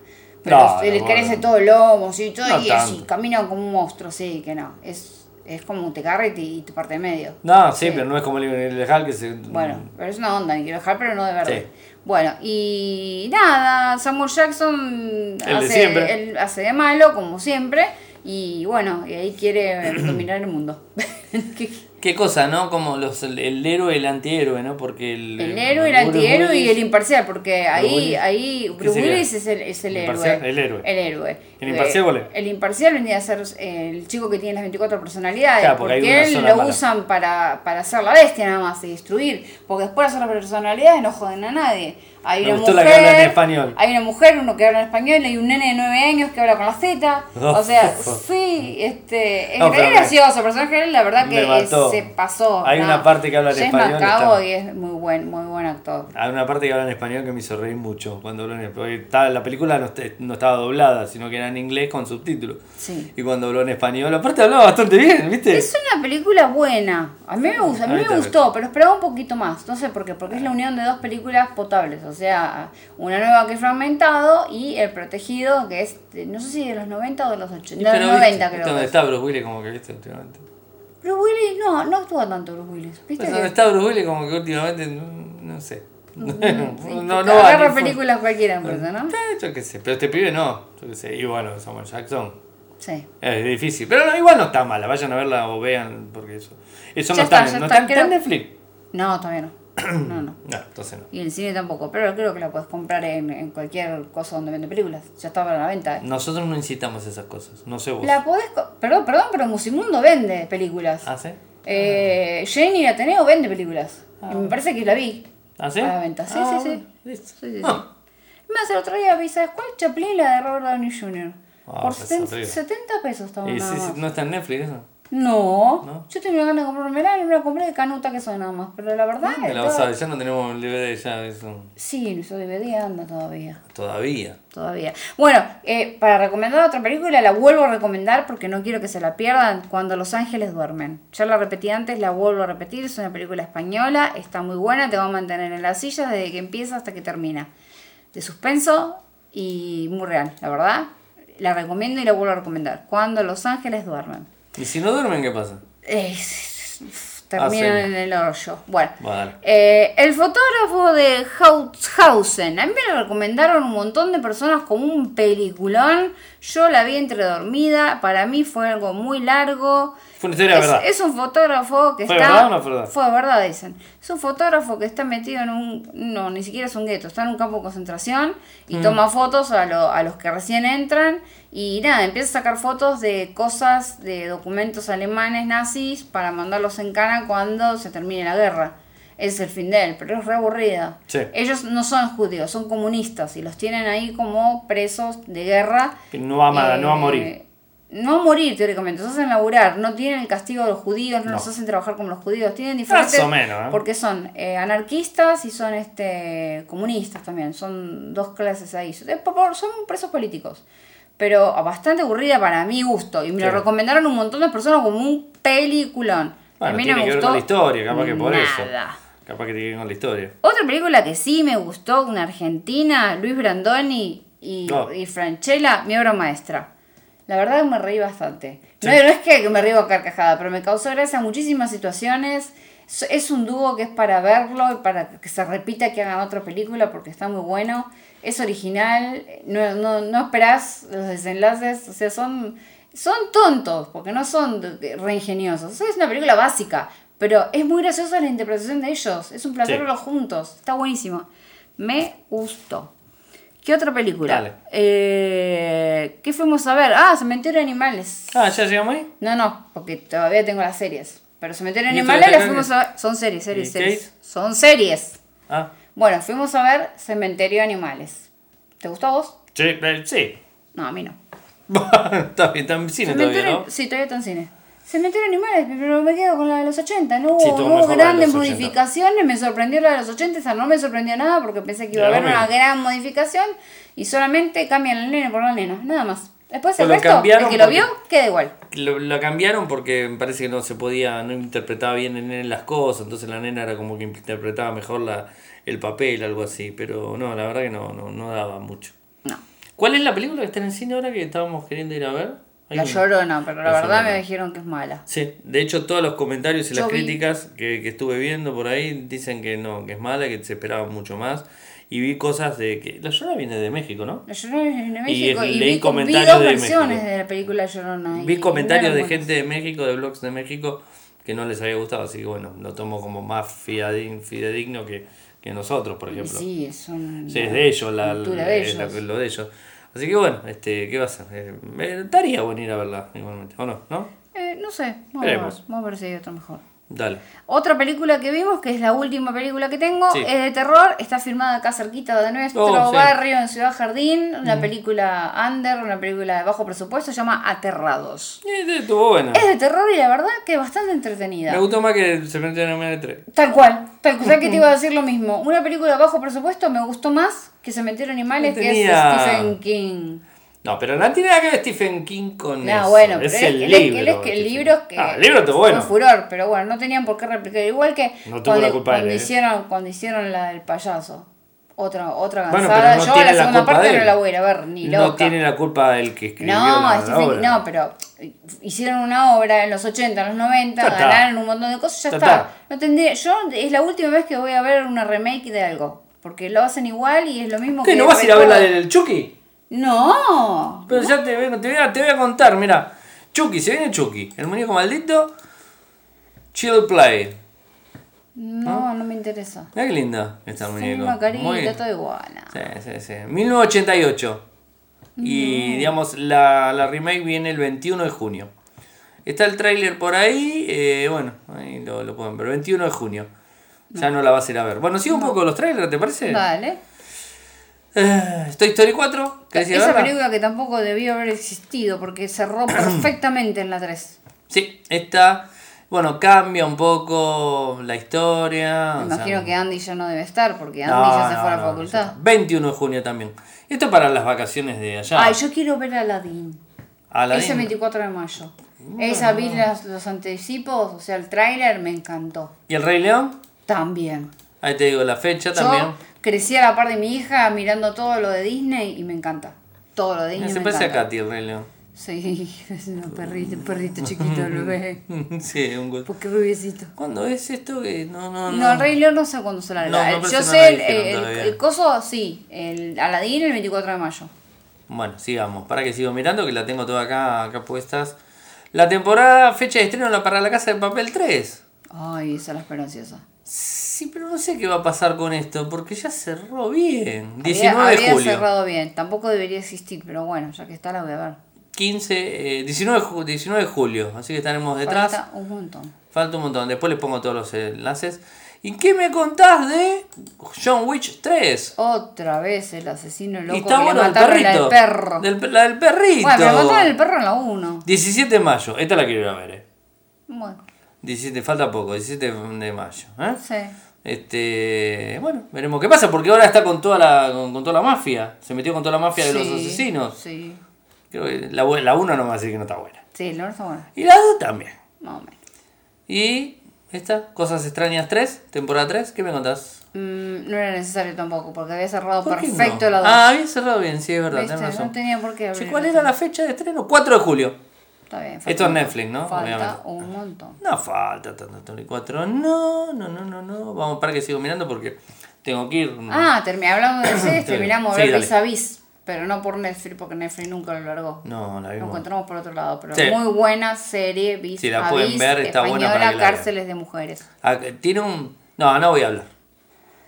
[SPEAKER 2] pero
[SPEAKER 1] No,
[SPEAKER 2] se le
[SPEAKER 1] no,
[SPEAKER 2] crece
[SPEAKER 1] no.
[SPEAKER 2] todo el lomo, así, todo,
[SPEAKER 1] No
[SPEAKER 2] y así,
[SPEAKER 1] tanto.
[SPEAKER 2] camina como un monstruo, sí, que no, es, es como te carga y te, y te parte en medio.
[SPEAKER 1] No, sí, pero no es como el legal que se.
[SPEAKER 2] Bueno, pero es una onda, ni quiero dejar, pero no de verdad.
[SPEAKER 1] Mm. Sí.
[SPEAKER 2] Bueno, y nada, Samuel Jackson
[SPEAKER 1] El de
[SPEAKER 2] hace,
[SPEAKER 1] siempre.
[SPEAKER 2] él hace de malo, como siempre, y bueno, y ahí quiere dominar el mundo. Que-
[SPEAKER 1] Qué cosa, ¿no? Como los, el, el héroe y el antihéroe, ¿no? Porque el.
[SPEAKER 2] el héroe, el antihéroe y el imparcial, porque ahí,
[SPEAKER 1] Willis.
[SPEAKER 2] ahí
[SPEAKER 1] ¿Qué
[SPEAKER 2] Bruce
[SPEAKER 1] sería?
[SPEAKER 2] Willis es el, es el
[SPEAKER 1] Imparcial,
[SPEAKER 2] héroe.
[SPEAKER 1] el héroe.
[SPEAKER 2] El héroe. Eh,
[SPEAKER 1] ¿El imparcial cuál es?
[SPEAKER 2] El imparcial vendría a ser eh, el chico que tiene las 24 personalidades,
[SPEAKER 1] Claro, porque hay
[SPEAKER 2] porque,
[SPEAKER 1] una
[SPEAKER 2] él
[SPEAKER 1] sola
[SPEAKER 2] lo
[SPEAKER 1] mala.
[SPEAKER 2] usan para, para hacer la bestia nada más y destruir, porque después las otras personalidades no joden a nadie. Hay
[SPEAKER 1] Me
[SPEAKER 2] una
[SPEAKER 1] gustó la
[SPEAKER 2] mujer,
[SPEAKER 1] que habla en español.
[SPEAKER 2] hay una mujer, uno que habla en español, hay un nene de 9 años que habla con la Z, o sea, sí, este, es
[SPEAKER 1] Oh, No,
[SPEAKER 2] re
[SPEAKER 1] pero me-
[SPEAKER 2] gracioso, el personaje de él, la verdad
[SPEAKER 1] me
[SPEAKER 2] que
[SPEAKER 1] mató.
[SPEAKER 2] se pasó.
[SPEAKER 1] Hay una parte que habla en
[SPEAKER 2] James
[SPEAKER 1] español,
[SPEAKER 2] McAvoy
[SPEAKER 1] está-
[SPEAKER 2] y es muy buen, muy buen actor.
[SPEAKER 1] Hay una parte que habla en español que me hizo reír mucho. Cuando habló en español. Estaba- La película no, est- no estaba doblada, sino que era en inglés con subtítulos.
[SPEAKER 2] Sí.
[SPEAKER 1] Y cuando habló en español, aparte hablaba bastante bien, ¿viste?
[SPEAKER 2] Es una película buena. A mí me gusta, a mí
[SPEAKER 1] A mí
[SPEAKER 2] me
[SPEAKER 1] también.
[SPEAKER 2] gustó, pero esperaba un poquito más. No sé por qué, porque es la unión de dos películas potables. O sea, una nueva que es fragmentado y El Protegido, que es, de- no sé si de los 90 o de los 80. De
[SPEAKER 1] Pero,
[SPEAKER 2] los
[SPEAKER 1] ¿viste?
[SPEAKER 2] 90
[SPEAKER 1] ¿Viste
[SPEAKER 2] creo.
[SPEAKER 1] Donde
[SPEAKER 2] que es.
[SPEAKER 1] está Bruce Willis, como que viste últimamente.
[SPEAKER 2] Bruce Willis, no, no actúa tanto Bruce Willis. ¿Viste?
[SPEAKER 1] Pues donde
[SPEAKER 2] que- Mm,
[SPEAKER 1] está Bruce Willis, como que últimamente, no, no sé. No, no, no, pues. va ni
[SPEAKER 2] agarra
[SPEAKER 1] fu-
[SPEAKER 2] películas cualquiera, en verdad, ¿no?
[SPEAKER 1] Eh, Yo qué sé, pero este pibe no. Yo qué sé, y bueno, Samuel Jackson. eh,
[SPEAKER 2] Sí.
[SPEAKER 1] Es difícil, pero no, igual no está mala. Vayan a verla o vean, porque eso. Eso
[SPEAKER 2] Ya
[SPEAKER 1] no está,
[SPEAKER 2] está, ya
[SPEAKER 1] no
[SPEAKER 2] está,
[SPEAKER 1] está, está en
[SPEAKER 2] creo-
[SPEAKER 1] Netflix.
[SPEAKER 2] No, todavía no. No, no.
[SPEAKER 1] No, entonces no.
[SPEAKER 2] Y en el cine tampoco, pero creo que la puedes comprar en, en cualquier cosa donde venden películas. Ya está para la venta.
[SPEAKER 1] Nosotros no incitamos esas cosas, no sé vos.
[SPEAKER 2] La podés. co- Perdón, perdón, pero Musimundo vende películas.
[SPEAKER 1] ¿Ah, sí?
[SPEAKER 2] Eh, Jenny Ateneo vende películas. Y me parece que la vi.
[SPEAKER 1] ¿Ah, sí?
[SPEAKER 2] A la venta. Sí,
[SPEAKER 1] Ah,
[SPEAKER 2] sí, sí.
[SPEAKER 1] bueno, listo.
[SPEAKER 2] Sí, sí, sí.
[SPEAKER 1] Ah,
[SPEAKER 2] Más el otro día vi, ¿sabes cuál? Chaplin, la de Robert Downey Jr.
[SPEAKER 1] Ah,
[SPEAKER 2] Por
[SPEAKER 1] pues,
[SPEAKER 2] seten-
[SPEAKER 1] arriba.
[SPEAKER 2] 70 pesos estaba
[SPEAKER 1] y
[SPEAKER 2] nada
[SPEAKER 1] sí, sí,
[SPEAKER 2] más.
[SPEAKER 1] no está en Netflix eso.
[SPEAKER 2] No. yo tenía ganas de comprármela y no me la compré de canuta que soy nada más. Pero la verdad
[SPEAKER 1] Me
[SPEAKER 2] es
[SPEAKER 1] la vas a ver, ya no tenemos el DVD, ya eso.
[SPEAKER 2] Sí, nuestro DVD anda todavía.
[SPEAKER 1] Todavía.
[SPEAKER 2] Todavía. Bueno, eh, para recomendar otra película, la vuelvo a recomendar porque no quiero que se la pierdan. Cuando los ángeles duermen. Ya la repetí antes, la vuelvo a repetir. Es una película española, está muy buena, te va a mantener en la silla desde que empieza hasta que termina. De suspenso y muy real, la verdad. La recomiendo y la vuelvo a recomendar. Cuando los ángeles duermen.
[SPEAKER 1] ¿Y si no duermen, qué pasa?
[SPEAKER 2] Es- terminan
[SPEAKER 1] Ah, sí.
[SPEAKER 2] en el hoyo. Bueno,
[SPEAKER 1] Vale.
[SPEAKER 2] eh, el fotógrafo de Hauthausen. A mí me lo recomendaron un montón de personas como un peliculón. Yo la vi entre dormida. Para mí fue algo muy largo.
[SPEAKER 1] Fue una historia de
[SPEAKER 2] Es-
[SPEAKER 1] verdad.
[SPEAKER 2] Es un fotógrafo que
[SPEAKER 1] ¿Fue
[SPEAKER 2] está.
[SPEAKER 1] verdad o no fue verdad?
[SPEAKER 2] Fue verdad, dicen. Es un fotógrafo que está metido en un. No, ni siquiera es un gueto, está en un campo de concentración
[SPEAKER 1] Mm.
[SPEAKER 2] y toma fotos a, lo- a los que recién entran y nada, empieza a sacar fotos de cosas, de documentos alemanes nazis para mandarlos en cana cuando se termine la guerra. Es el fin de él, pero es re aburrida.
[SPEAKER 1] Sí.
[SPEAKER 2] Ellos no son judíos, son comunistas y los tienen ahí como presos de guerra.
[SPEAKER 1] Que no va a ma- no va a morir.
[SPEAKER 2] Eh, No a morir, teóricamente, los hacen laburar, no tienen el castigo de los judíos, no,
[SPEAKER 1] No.
[SPEAKER 2] los hacen trabajar como los judíos, tienen diferentes...
[SPEAKER 1] Más o menos, ¿eh?
[SPEAKER 2] Porque son eh, anarquistas y son este comunistas también, son dos clases ahí. Eh, por- por- Son presos políticos, pero bastante aburrida para mi gusto. Y me lo
[SPEAKER 1] Sí.
[SPEAKER 2] recomendaron un montón de personas como un peliculón.
[SPEAKER 1] Bueno,
[SPEAKER 2] a mí
[SPEAKER 1] tiene
[SPEAKER 2] no me
[SPEAKER 1] que ver
[SPEAKER 2] gustó
[SPEAKER 1] con la historia, capaz que por
[SPEAKER 2] nada.
[SPEAKER 1] eso. Capaz que tiene que ver con la historia.
[SPEAKER 2] Otra película que sí me gustó, una argentina, Luis Brandoni y,
[SPEAKER 1] Oh.
[SPEAKER 2] y Franchella, mi obra maestra. La verdad que me reí bastante. No, no es que me río a carcajada, pero me causó gracia muchísimas situaciones. Es- Es un dúo que es para verlo y para que se repita que hagan otra película porque está muy bueno. Es original, no, no, no esperás los desenlaces, o sea, son, son tontos porque no son de- reingeniosos. O sea, es una película básica, pero es muy graciosa la interpretación de ellos. Es un placer
[SPEAKER 1] Sí.
[SPEAKER 2] verlos juntos, está buenísimo. Me gustó. ¿Qué otra
[SPEAKER 1] Dale.
[SPEAKER 2] película? Eh, ¿Qué fuimos a ver? Ah, Cementerio de Animales.
[SPEAKER 1] Ah, ¿ya llegamos ahí?
[SPEAKER 2] No, no, porque todavía tengo las series. Pero Cementerio de
[SPEAKER 1] ¿Y esto
[SPEAKER 2] Animales
[SPEAKER 1] lo sacan
[SPEAKER 2] las fuimos a ver. Son series, series,
[SPEAKER 1] ¿Y
[SPEAKER 2] series.
[SPEAKER 1] Kate?
[SPEAKER 2] Son series.
[SPEAKER 1] Ah,
[SPEAKER 2] Bueno, fuimos a ver Cementerio de Animales. ¿Te gustó a vos?
[SPEAKER 1] sí. eh, sí.
[SPEAKER 2] No, a mí no.
[SPEAKER 1] está bien, está en cine todavía,
[SPEAKER 2] Cementerio-
[SPEAKER 1] ¿no?
[SPEAKER 2] Sí, todavía está en cine. Cementerio de Animales, pero me quedo con la de los 80. No hubo,
[SPEAKER 1] Sí, estuvo
[SPEAKER 2] no hubo
[SPEAKER 1] mejor la de
[SPEAKER 2] grandes
[SPEAKER 1] los 80.
[SPEAKER 2] modificaciones. Me sorprendió la de los 80. Esa no me sorprendió nada porque pensé que iba a
[SPEAKER 1] Era lo
[SPEAKER 2] haber una
[SPEAKER 1] mismo.
[SPEAKER 2] gran modificación. Y solamente cambian el nene por la nena. Nada más. Después
[SPEAKER 1] Pero
[SPEAKER 2] el
[SPEAKER 1] lo
[SPEAKER 2] resto, el
[SPEAKER 1] cambiaron
[SPEAKER 2] que lo
[SPEAKER 1] porque-
[SPEAKER 2] vio, queda igual.
[SPEAKER 1] Lo, la cambiaron porque me parece que no se podía, no interpretaba bien el nene las cosas, entonces la nena era como que interpretaba mejor la, el papel, algo así, pero no, la verdad que no, no, no daba mucho.
[SPEAKER 2] No.
[SPEAKER 1] ¿Cuál es la película que está en el cine ahora que estábamos queriendo ir a ver? Hay
[SPEAKER 2] La
[SPEAKER 1] un-
[SPEAKER 2] llorona, pero la
[SPEAKER 1] La
[SPEAKER 2] verdad me
[SPEAKER 1] Llorona.
[SPEAKER 2] dijeron que es mala.
[SPEAKER 1] Sí, de hecho todos los comentarios y
[SPEAKER 2] Yo
[SPEAKER 1] las
[SPEAKER 2] vi.
[SPEAKER 1] críticas que, que estuve viendo por ahí dicen que no, que es mala, que se esperaba mucho más y vi cosas de que... La Llorona viene de México, ¿no?
[SPEAKER 2] La Llorona es de México y,
[SPEAKER 1] leí
[SPEAKER 2] vi, con- vi
[SPEAKER 1] comentarios
[SPEAKER 2] dos
[SPEAKER 1] de
[SPEAKER 2] versiones
[SPEAKER 1] México.
[SPEAKER 2] de la película Llorona. y-
[SPEAKER 1] Vi
[SPEAKER 2] y
[SPEAKER 1] comentarios
[SPEAKER 2] no
[SPEAKER 1] de
[SPEAKER 2] eran
[SPEAKER 1] gente de México, de blogs de México, que no les había gustado, así que bueno, lo tomo como más fiadin- fidedigno que, que nosotros, por
[SPEAKER 2] buenas.
[SPEAKER 1] ejemplo.
[SPEAKER 2] Sí, son...
[SPEAKER 1] Sí, es de ellos, la,
[SPEAKER 2] cultura de
[SPEAKER 1] es la-
[SPEAKER 2] ellos.
[SPEAKER 1] lo de ellos. Así que bueno, este, ¿qué va a ser? Eh, me- estaría bueno ir a verla igualmente, ¿o no? ¿No?
[SPEAKER 2] Eh, no sé, vamos a, ver,
[SPEAKER 1] Veremos.
[SPEAKER 2] vamos a ver si hay otro mejor.
[SPEAKER 1] Dale.
[SPEAKER 2] Otra película que vimos, que es la última película que tengo,
[SPEAKER 1] Sí.
[SPEAKER 2] es de terror, está filmada acá cerquita de nuestro
[SPEAKER 1] Oh, sí. Mm.
[SPEAKER 2] barrio en Ciudad Jardín, una película under, una película de bajo presupuesto, se llama Aterrados.
[SPEAKER 1] Eh, Estuvo buena.
[SPEAKER 2] Es de terror y la verdad que bastante entretenida.
[SPEAKER 1] Me gustó más que se metió en el 3.
[SPEAKER 2] Tal cual, tal cual. O sea que te iba a decir lo mismo. Una película de bajo presupuesto me gustó más que Se metieron animales,
[SPEAKER 1] No
[SPEAKER 2] que es
[SPEAKER 1] tenía-
[SPEAKER 2] Stephen King.
[SPEAKER 1] No, pero no tiene nada que ver Stephen King con
[SPEAKER 2] No,
[SPEAKER 1] eso.
[SPEAKER 2] bueno, pero
[SPEAKER 1] es
[SPEAKER 2] es
[SPEAKER 1] el
[SPEAKER 2] que- es que-
[SPEAKER 1] libro.
[SPEAKER 2] es que el
[SPEAKER 1] Stephen
[SPEAKER 2] libro
[SPEAKER 1] King.
[SPEAKER 2] que
[SPEAKER 1] Ah, el libro estuvo bueno.
[SPEAKER 2] fue furor, pero bueno, no tenían por qué replicar. Igual que
[SPEAKER 1] No tuvo
[SPEAKER 2] cuando,
[SPEAKER 1] la culpa
[SPEAKER 2] cuando
[SPEAKER 1] él, ¿eh?
[SPEAKER 2] hicieron, cuando hicieron la del payaso. Otra, otra
[SPEAKER 1] Bueno,
[SPEAKER 2] gansada.
[SPEAKER 1] pero no
[SPEAKER 2] Yo la
[SPEAKER 1] tiene la,
[SPEAKER 2] segunda
[SPEAKER 1] culpa
[SPEAKER 2] parte
[SPEAKER 1] de él.
[SPEAKER 2] no la voy a ir a ver, ni
[SPEAKER 1] No
[SPEAKER 2] loca.
[SPEAKER 1] tiene la culpa el que escribió la,
[SPEAKER 2] No,
[SPEAKER 1] la
[SPEAKER 2] Stephen-
[SPEAKER 1] obra.
[SPEAKER 2] no, pero eh, hicieron una obra en los 80, en los 90,
[SPEAKER 1] Ya está.
[SPEAKER 2] ganaron un montón de cosas, ya,
[SPEAKER 1] Ya
[SPEAKER 2] está.
[SPEAKER 1] está.
[SPEAKER 2] No tendría, yo es la última vez que voy a ver una remake de algo, porque lo hacen igual y es lo mismo
[SPEAKER 1] ¿Qué,
[SPEAKER 2] que
[SPEAKER 1] no vas a ir a ver la
[SPEAKER 2] recuerdo.
[SPEAKER 1] del Chucky?
[SPEAKER 2] No.
[SPEAKER 1] Pero ya te, voy- te voy a, te voy a contar, mira. Chucky, se viene Chucky. El muñeco maldito. Chill Play.
[SPEAKER 2] No, no me interesa.
[SPEAKER 1] Mira qué lindo está el
[SPEAKER 2] Es la
[SPEAKER 1] muñeco.
[SPEAKER 2] misma carita,
[SPEAKER 1] Muy-
[SPEAKER 2] todo igual. no.
[SPEAKER 1] Sí, sí, sí. 1988. Y digamos, la, la remake viene el 21 de junio. Está el tráiler por ahí, eh, bueno, ahí lo, lo pueden ver. 21 de junio. Ya no la vas a ir a ver. Bueno, sigue un poco los trailers, ¿te parece?
[SPEAKER 2] Dale.
[SPEAKER 1] Eh, Toy Story 4, ¿querés ir a
[SPEAKER 2] Esa
[SPEAKER 1] verla?
[SPEAKER 2] película que tampoco debió haber existido porque cerró perfectamente en la 3.
[SPEAKER 1] Sí, esta, bueno, cambia un poco la historia.
[SPEAKER 2] Me
[SPEAKER 1] o sea,
[SPEAKER 2] imagino que Andy ya no debe estar porque
[SPEAKER 1] Ah, no,
[SPEAKER 2] Andy ya se
[SPEAKER 1] no,
[SPEAKER 2] fue a la
[SPEAKER 1] no, no,
[SPEAKER 2] facultad.
[SPEAKER 1] ya está. 21 de junio también. Esto para las vacaciones de allá.
[SPEAKER 2] Ay, yo quiero ver a Aladdin.
[SPEAKER 1] Aladdin. Mm.
[SPEAKER 2] Ese 24 de mayo. Esa vi las- los anticipos, o sea, el tráiler me encantó.
[SPEAKER 1] ¿Y el Rey León?
[SPEAKER 2] También.
[SPEAKER 1] Ahí te digo la fecha también.
[SPEAKER 2] Yo crecí a la par de mi hija mirando todo lo de Disney y me encanta. Todo lo de Disney.
[SPEAKER 1] se
[SPEAKER 2] me
[SPEAKER 1] parece a
[SPEAKER 2] encanta.
[SPEAKER 1] Katy el Rey León.
[SPEAKER 2] Sí, es un perrito, un perrito chiquito, lo ve.
[SPEAKER 1] sí, un gol.
[SPEAKER 2] Porque rubiecito.
[SPEAKER 1] ¿Cuándo es esto que no no no?
[SPEAKER 2] No, el Rey León no sé cuándo se la
[SPEAKER 1] No, me parece
[SPEAKER 2] Yo
[SPEAKER 1] que no
[SPEAKER 2] sé
[SPEAKER 1] la
[SPEAKER 2] el,
[SPEAKER 1] dijeron
[SPEAKER 2] el-
[SPEAKER 1] todavía.
[SPEAKER 2] el coso, sí, el Aladín el 24 de mayo.
[SPEAKER 1] Bueno, sigamos. Para que sigo mirando que la tengo toda acá acá puestas. La temporada fecha de estreno la- para la Casa de Papel 3.
[SPEAKER 2] Ay, esa la espero ansiosa.
[SPEAKER 1] Sí, pero no sé qué va a pasar con esto porque ya cerró bien.
[SPEAKER 2] Había-
[SPEAKER 1] 19
[SPEAKER 2] había
[SPEAKER 1] de julio.
[SPEAKER 2] cerrado bien, tampoco debería existir, pero bueno, ya que está la voy a ver.
[SPEAKER 1] 15 eh, 19 de ju- 19 de julio, así que estaremos detrás.
[SPEAKER 2] Falta un montón.
[SPEAKER 1] Falta un montón, después les pongo todos los enlaces. ¿Y qué me contás de John Witch 3?
[SPEAKER 2] Otra vez el asesino loco
[SPEAKER 1] y está
[SPEAKER 2] que
[SPEAKER 1] bueno
[SPEAKER 2] le
[SPEAKER 1] el
[SPEAKER 2] mataron la
[SPEAKER 1] perrito.
[SPEAKER 2] del perro.
[SPEAKER 1] Del- la del perrito.
[SPEAKER 2] Bueno, pero mataron el perro en la 1.
[SPEAKER 1] 17 de mayo. Esta la quiero ir a ver. eh.
[SPEAKER 2] Bueno,
[SPEAKER 1] 17, falta poco. 17 de mayo. ¿eh?
[SPEAKER 2] no sé.
[SPEAKER 1] Este, bueno, veremos qué pasa, porque ahora está con toda la, con, con toda la mafia. Se metió con toda la mafia de los
[SPEAKER 2] Sí,
[SPEAKER 1] asesinos.
[SPEAKER 2] Sí.
[SPEAKER 1] Creo que la, bu- la 1 no me va a decir que no está buena.
[SPEAKER 2] Sí, la 1 está buena.
[SPEAKER 1] Y la 2 también.
[SPEAKER 2] Más o menos.
[SPEAKER 1] Y esta, Cosas Extrañas 3, temporada 3, ¿qué me contás?
[SPEAKER 2] Mm, no era necesario tampoco, porque había cerrado
[SPEAKER 1] ¿Por qué
[SPEAKER 2] perfecto
[SPEAKER 1] no?
[SPEAKER 2] la 2.
[SPEAKER 1] Ah, bien cerrado bien, sí, es verdad,
[SPEAKER 2] ¿Viste?
[SPEAKER 1] tenés razón.
[SPEAKER 2] No tenía por qué abrir.
[SPEAKER 1] Che, ¿Cuál era la fecha de estreno? 4 de julio.
[SPEAKER 2] Está bien.
[SPEAKER 1] Esto es
[SPEAKER 2] un-
[SPEAKER 1] Netflix, ¿no?
[SPEAKER 2] Falta
[SPEAKER 1] Obviamente.
[SPEAKER 2] un montón.
[SPEAKER 1] No falta tanto, Tony 4. No, no, no, no, no. Vamos para que sigo mirando porque tengo que ir.
[SPEAKER 2] Ah, termi- hablando de series,
[SPEAKER 1] Sí,
[SPEAKER 2] terminamos de
[SPEAKER 1] Mm. sí,
[SPEAKER 2] ver
[SPEAKER 1] dale.
[SPEAKER 2] Vis a Vis, pero no por Netflix, porque Netflix nunca lo largó.
[SPEAKER 1] No, la
[SPEAKER 2] Lo
[SPEAKER 1] vimos.
[SPEAKER 2] encontramos por otro lado, pero
[SPEAKER 1] Sí.
[SPEAKER 2] muy buena serie, Vis
[SPEAKER 1] Si la
[SPEAKER 2] a
[SPEAKER 1] pueden
[SPEAKER 2] Vis,
[SPEAKER 1] ver, está buena para
[SPEAKER 2] española,
[SPEAKER 1] que la vean.
[SPEAKER 2] cárceles de mujeres.
[SPEAKER 1] Ah, que tiene un. No, no voy a hablar.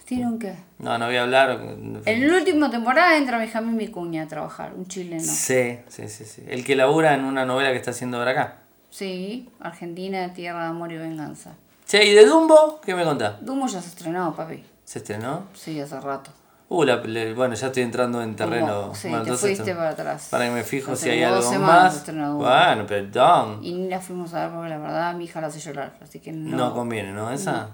[SPEAKER 2] ¿Tiene un qué?
[SPEAKER 1] No, no voy a hablar.
[SPEAKER 2] Eh, En la última temporada entra Benjamín Vicuña a trabajar, un chileno.
[SPEAKER 1] Sí, sí, sí, sí. El que labura en una novela que está haciendo ahora acá.
[SPEAKER 2] Sí, Argentina, tierra de amor y venganza.
[SPEAKER 1] Che, ¿y de Dumbo? ¿Qué me contás?
[SPEAKER 2] Dumo ya se estrenó, papi.
[SPEAKER 1] ¿Se estrenó?
[SPEAKER 2] Sí, hace rato.
[SPEAKER 1] Uh, la, le- bueno, ya estoy entrando en terreno.
[SPEAKER 2] Como- sí,
[SPEAKER 1] Bueno,
[SPEAKER 2] te
[SPEAKER 1] entonces-
[SPEAKER 2] fuiste para atrás.
[SPEAKER 1] Para que me fijo
[SPEAKER 2] Hace
[SPEAKER 1] si hay
[SPEAKER 2] como dos
[SPEAKER 1] algo
[SPEAKER 2] semanas se
[SPEAKER 1] más.
[SPEAKER 2] estrenó Dumbo.
[SPEAKER 1] Bueno, perdón.
[SPEAKER 2] Y ni la fuimos a ver porque la verdad mi hija la hace llorar, así que no.
[SPEAKER 1] No, conviene, ¿no? Esa.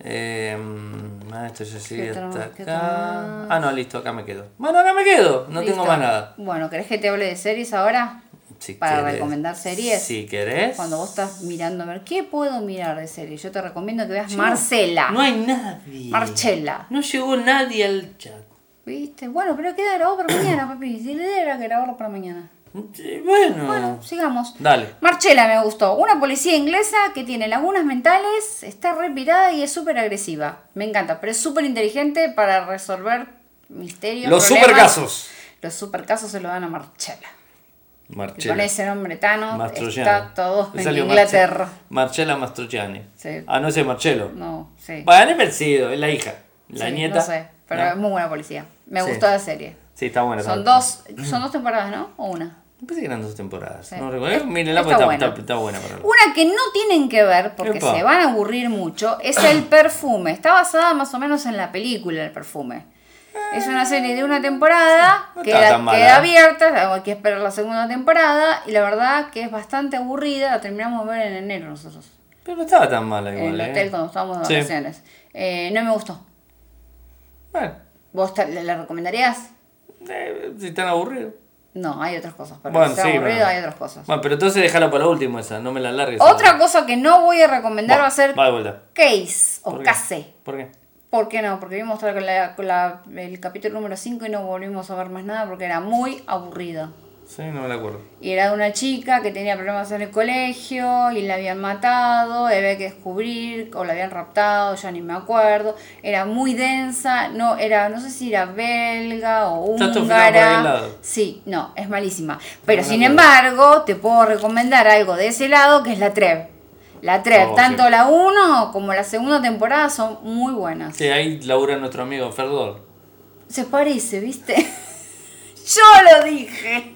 [SPEAKER 1] Eh, mm, ah, esto ya sigue
[SPEAKER 2] otra
[SPEAKER 1] hasta
[SPEAKER 2] más? ¿Qué
[SPEAKER 1] acá.
[SPEAKER 2] otra
[SPEAKER 1] Ah, no, listo, acá me quedo. Bueno, acá me quedo. No tengo
[SPEAKER 2] Listo.
[SPEAKER 1] más nada.
[SPEAKER 2] Bueno, ¿querés que te hable de series ahora?
[SPEAKER 1] Si
[SPEAKER 2] Para
[SPEAKER 1] querés-
[SPEAKER 2] recomendar series.
[SPEAKER 1] Si querés.
[SPEAKER 2] Cuando vos estás mirando a ver qué puedo mirar de series. Yo te recomiendo que veas Marcela.
[SPEAKER 1] No hay nadie.
[SPEAKER 2] Marcela.
[SPEAKER 1] No llegó nadie al chat.
[SPEAKER 2] ¿Viste? Bueno, pero queda grabado para mañana, papi. Si le era que grabarlo para mañana.
[SPEAKER 1] Sí, Bueno,
[SPEAKER 2] Bueno, sigamos.
[SPEAKER 1] dale.
[SPEAKER 2] Marchela me gustó. Una policía inglesa que tiene lagunas mentales, está repirada y es súper agresiva. Me encanta, pero es súper inteligente para resolver misterios.
[SPEAKER 1] Los
[SPEAKER 2] problemas.
[SPEAKER 1] supercasos.
[SPEAKER 2] Los supercasos se los dan a Marchela. Y con
[SPEAKER 1] Marcella.
[SPEAKER 2] ese nombre Tano
[SPEAKER 1] Mastrociani.
[SPEAKER 2] está todo
[SPEAKER 1] Le
[SPEAKER 2] en
[SPEAKER 1] salió
[SPEAKER 2] Inglaterra.
[SPEAKER 1] Marce- Marcella Mastrociani.
[SPEAKER 2] Sí.
[SPEAKER 1] Ah, no ese es Marcelo.
[SPEAKER 2] No, sí.
[SPEAKER 1] Bueno, es vencido, es la hija. La
[SPEAKER 2] Sí,
[SPEAKER 1] nieta.
[SPEAKER 2] No sé, pero
[SPEAKER 1] No.
[SPEAKER 2] es muy buena policía. Me
[SPEAKER 1] Sí.
[SPEAKER 2] gustó la serie.
[SPEAKER 1] Sí, está buena.
[SPEAKER 2] Son
[SPEAKER 1] está buena.
[SPEAKER 2] dos, son dos temporadas, ¿no? O una.
[SPEAKER 1] Me parece que eran dos temporadas.
[SPEAKER 2] Sí.
[SPEAKER 1] No recuerdo.
[SPEAKER 2] Es-
[SPEAKER 1] Mírenla porque está,
[SPEAKER 2] está buena.
[SPEAKER 1] está- está buena para verla.
[SPEAKER 2] Una que no tienen que ver, porque
[SPEAKER 1] Epa.
[SPEAKER 2] se van a aburrir mucho, es El Perfume. Está basada más o menos en la película El Perfume. Es una serie de una temporada,
[SPEAKER 1] no está
[SPEAKER 2] queda,
[SPEAKER 1] tan mala. ¿eh?
[SPEAKER 2] queda abierta, hay que esperar la segunda temporada, y la verdad que es bastante aburrida, la terminamos de ver en enero nosotros,
[SPEAKER 1] Pero no estaba tan mala
[SPEAKER 2] en
[SPEAKER 1] igual.
[SPEAKER 2] el
[SPEAKER 1] eh.
[SPEAKER 2] hotel cuando estábamos
[SPEAKER 1] Sí.
[SPEAKER 2] de vacaciones. Eh, no me gustó.
[SPEAKER 1] Bueno,
[SPEAKER 2] ¿Vos te- la- la recomendarías?
[SPEAKER 1] eh, si están aburridos.
[SPEAKER 2] No, hay otras cosas. Para
[SPEAKER 1] Bueno,
[SPEAKER 2] que sea
[SPEAKER 1] sí,
[SPEAKER 2] aburrido,
[SPEAKER 1] bueno.
[SPEAKER 2] hay otras cosas.
[SPEAKER 1] Bueno, pero entonces déjala para último esa, no me la largues.
[SPEAKER 2] Otra cosa que no voy a recomendar va a ser
[SPEAKER 1] Va de vuelta.
[SPEAKER 2] Case o
[SPEAKER 1] ¿Por qué?
[SPEAKER 2] Case.
[SPEAKER 1] ¿Por qué?
[SPEAKER 2] ¿Por qué no? Porque vimos la- la- la- el capítulo número 5 y no volvimos a ver más nada porque era muy aburrido.
[SPEAKER 1] Sí, no me la acuerdo.
[SPEAKER 2] Y era de una chica que tenía problemas en el colegio y la habían matado, y había que descubrir, o la habían raptado, ya ni me acuerdo. Era muy densa, no era no sé si era belga o
[SPEAKER 1] Está todo filmado por aquel
[SPEAKER 2] húngara.
[SPEAKER 1] lado.
[SPEAKER 2] Sí, no, es malísima. Pero
[SPEAKER 1] me
[SPEAKER 2] sin
[SPEAKER 1] acuerdo.
[SPEAKER 2] embargo, te puedo recomendar algo de ese lado que es la Trev. La Trev,
[SPEAKER 1] Oh,
[SPEAKER 2] tanto
[SPEAKER 1] sí.
[SPEAKER 2] la 1 como la segunda temporada son muy buenas.
[SPEAKER 1] Sí, ahí labura nuestro amigo Ferdor.
[SPEAKER 2] Se parece, ¿viste? Yo lo dije.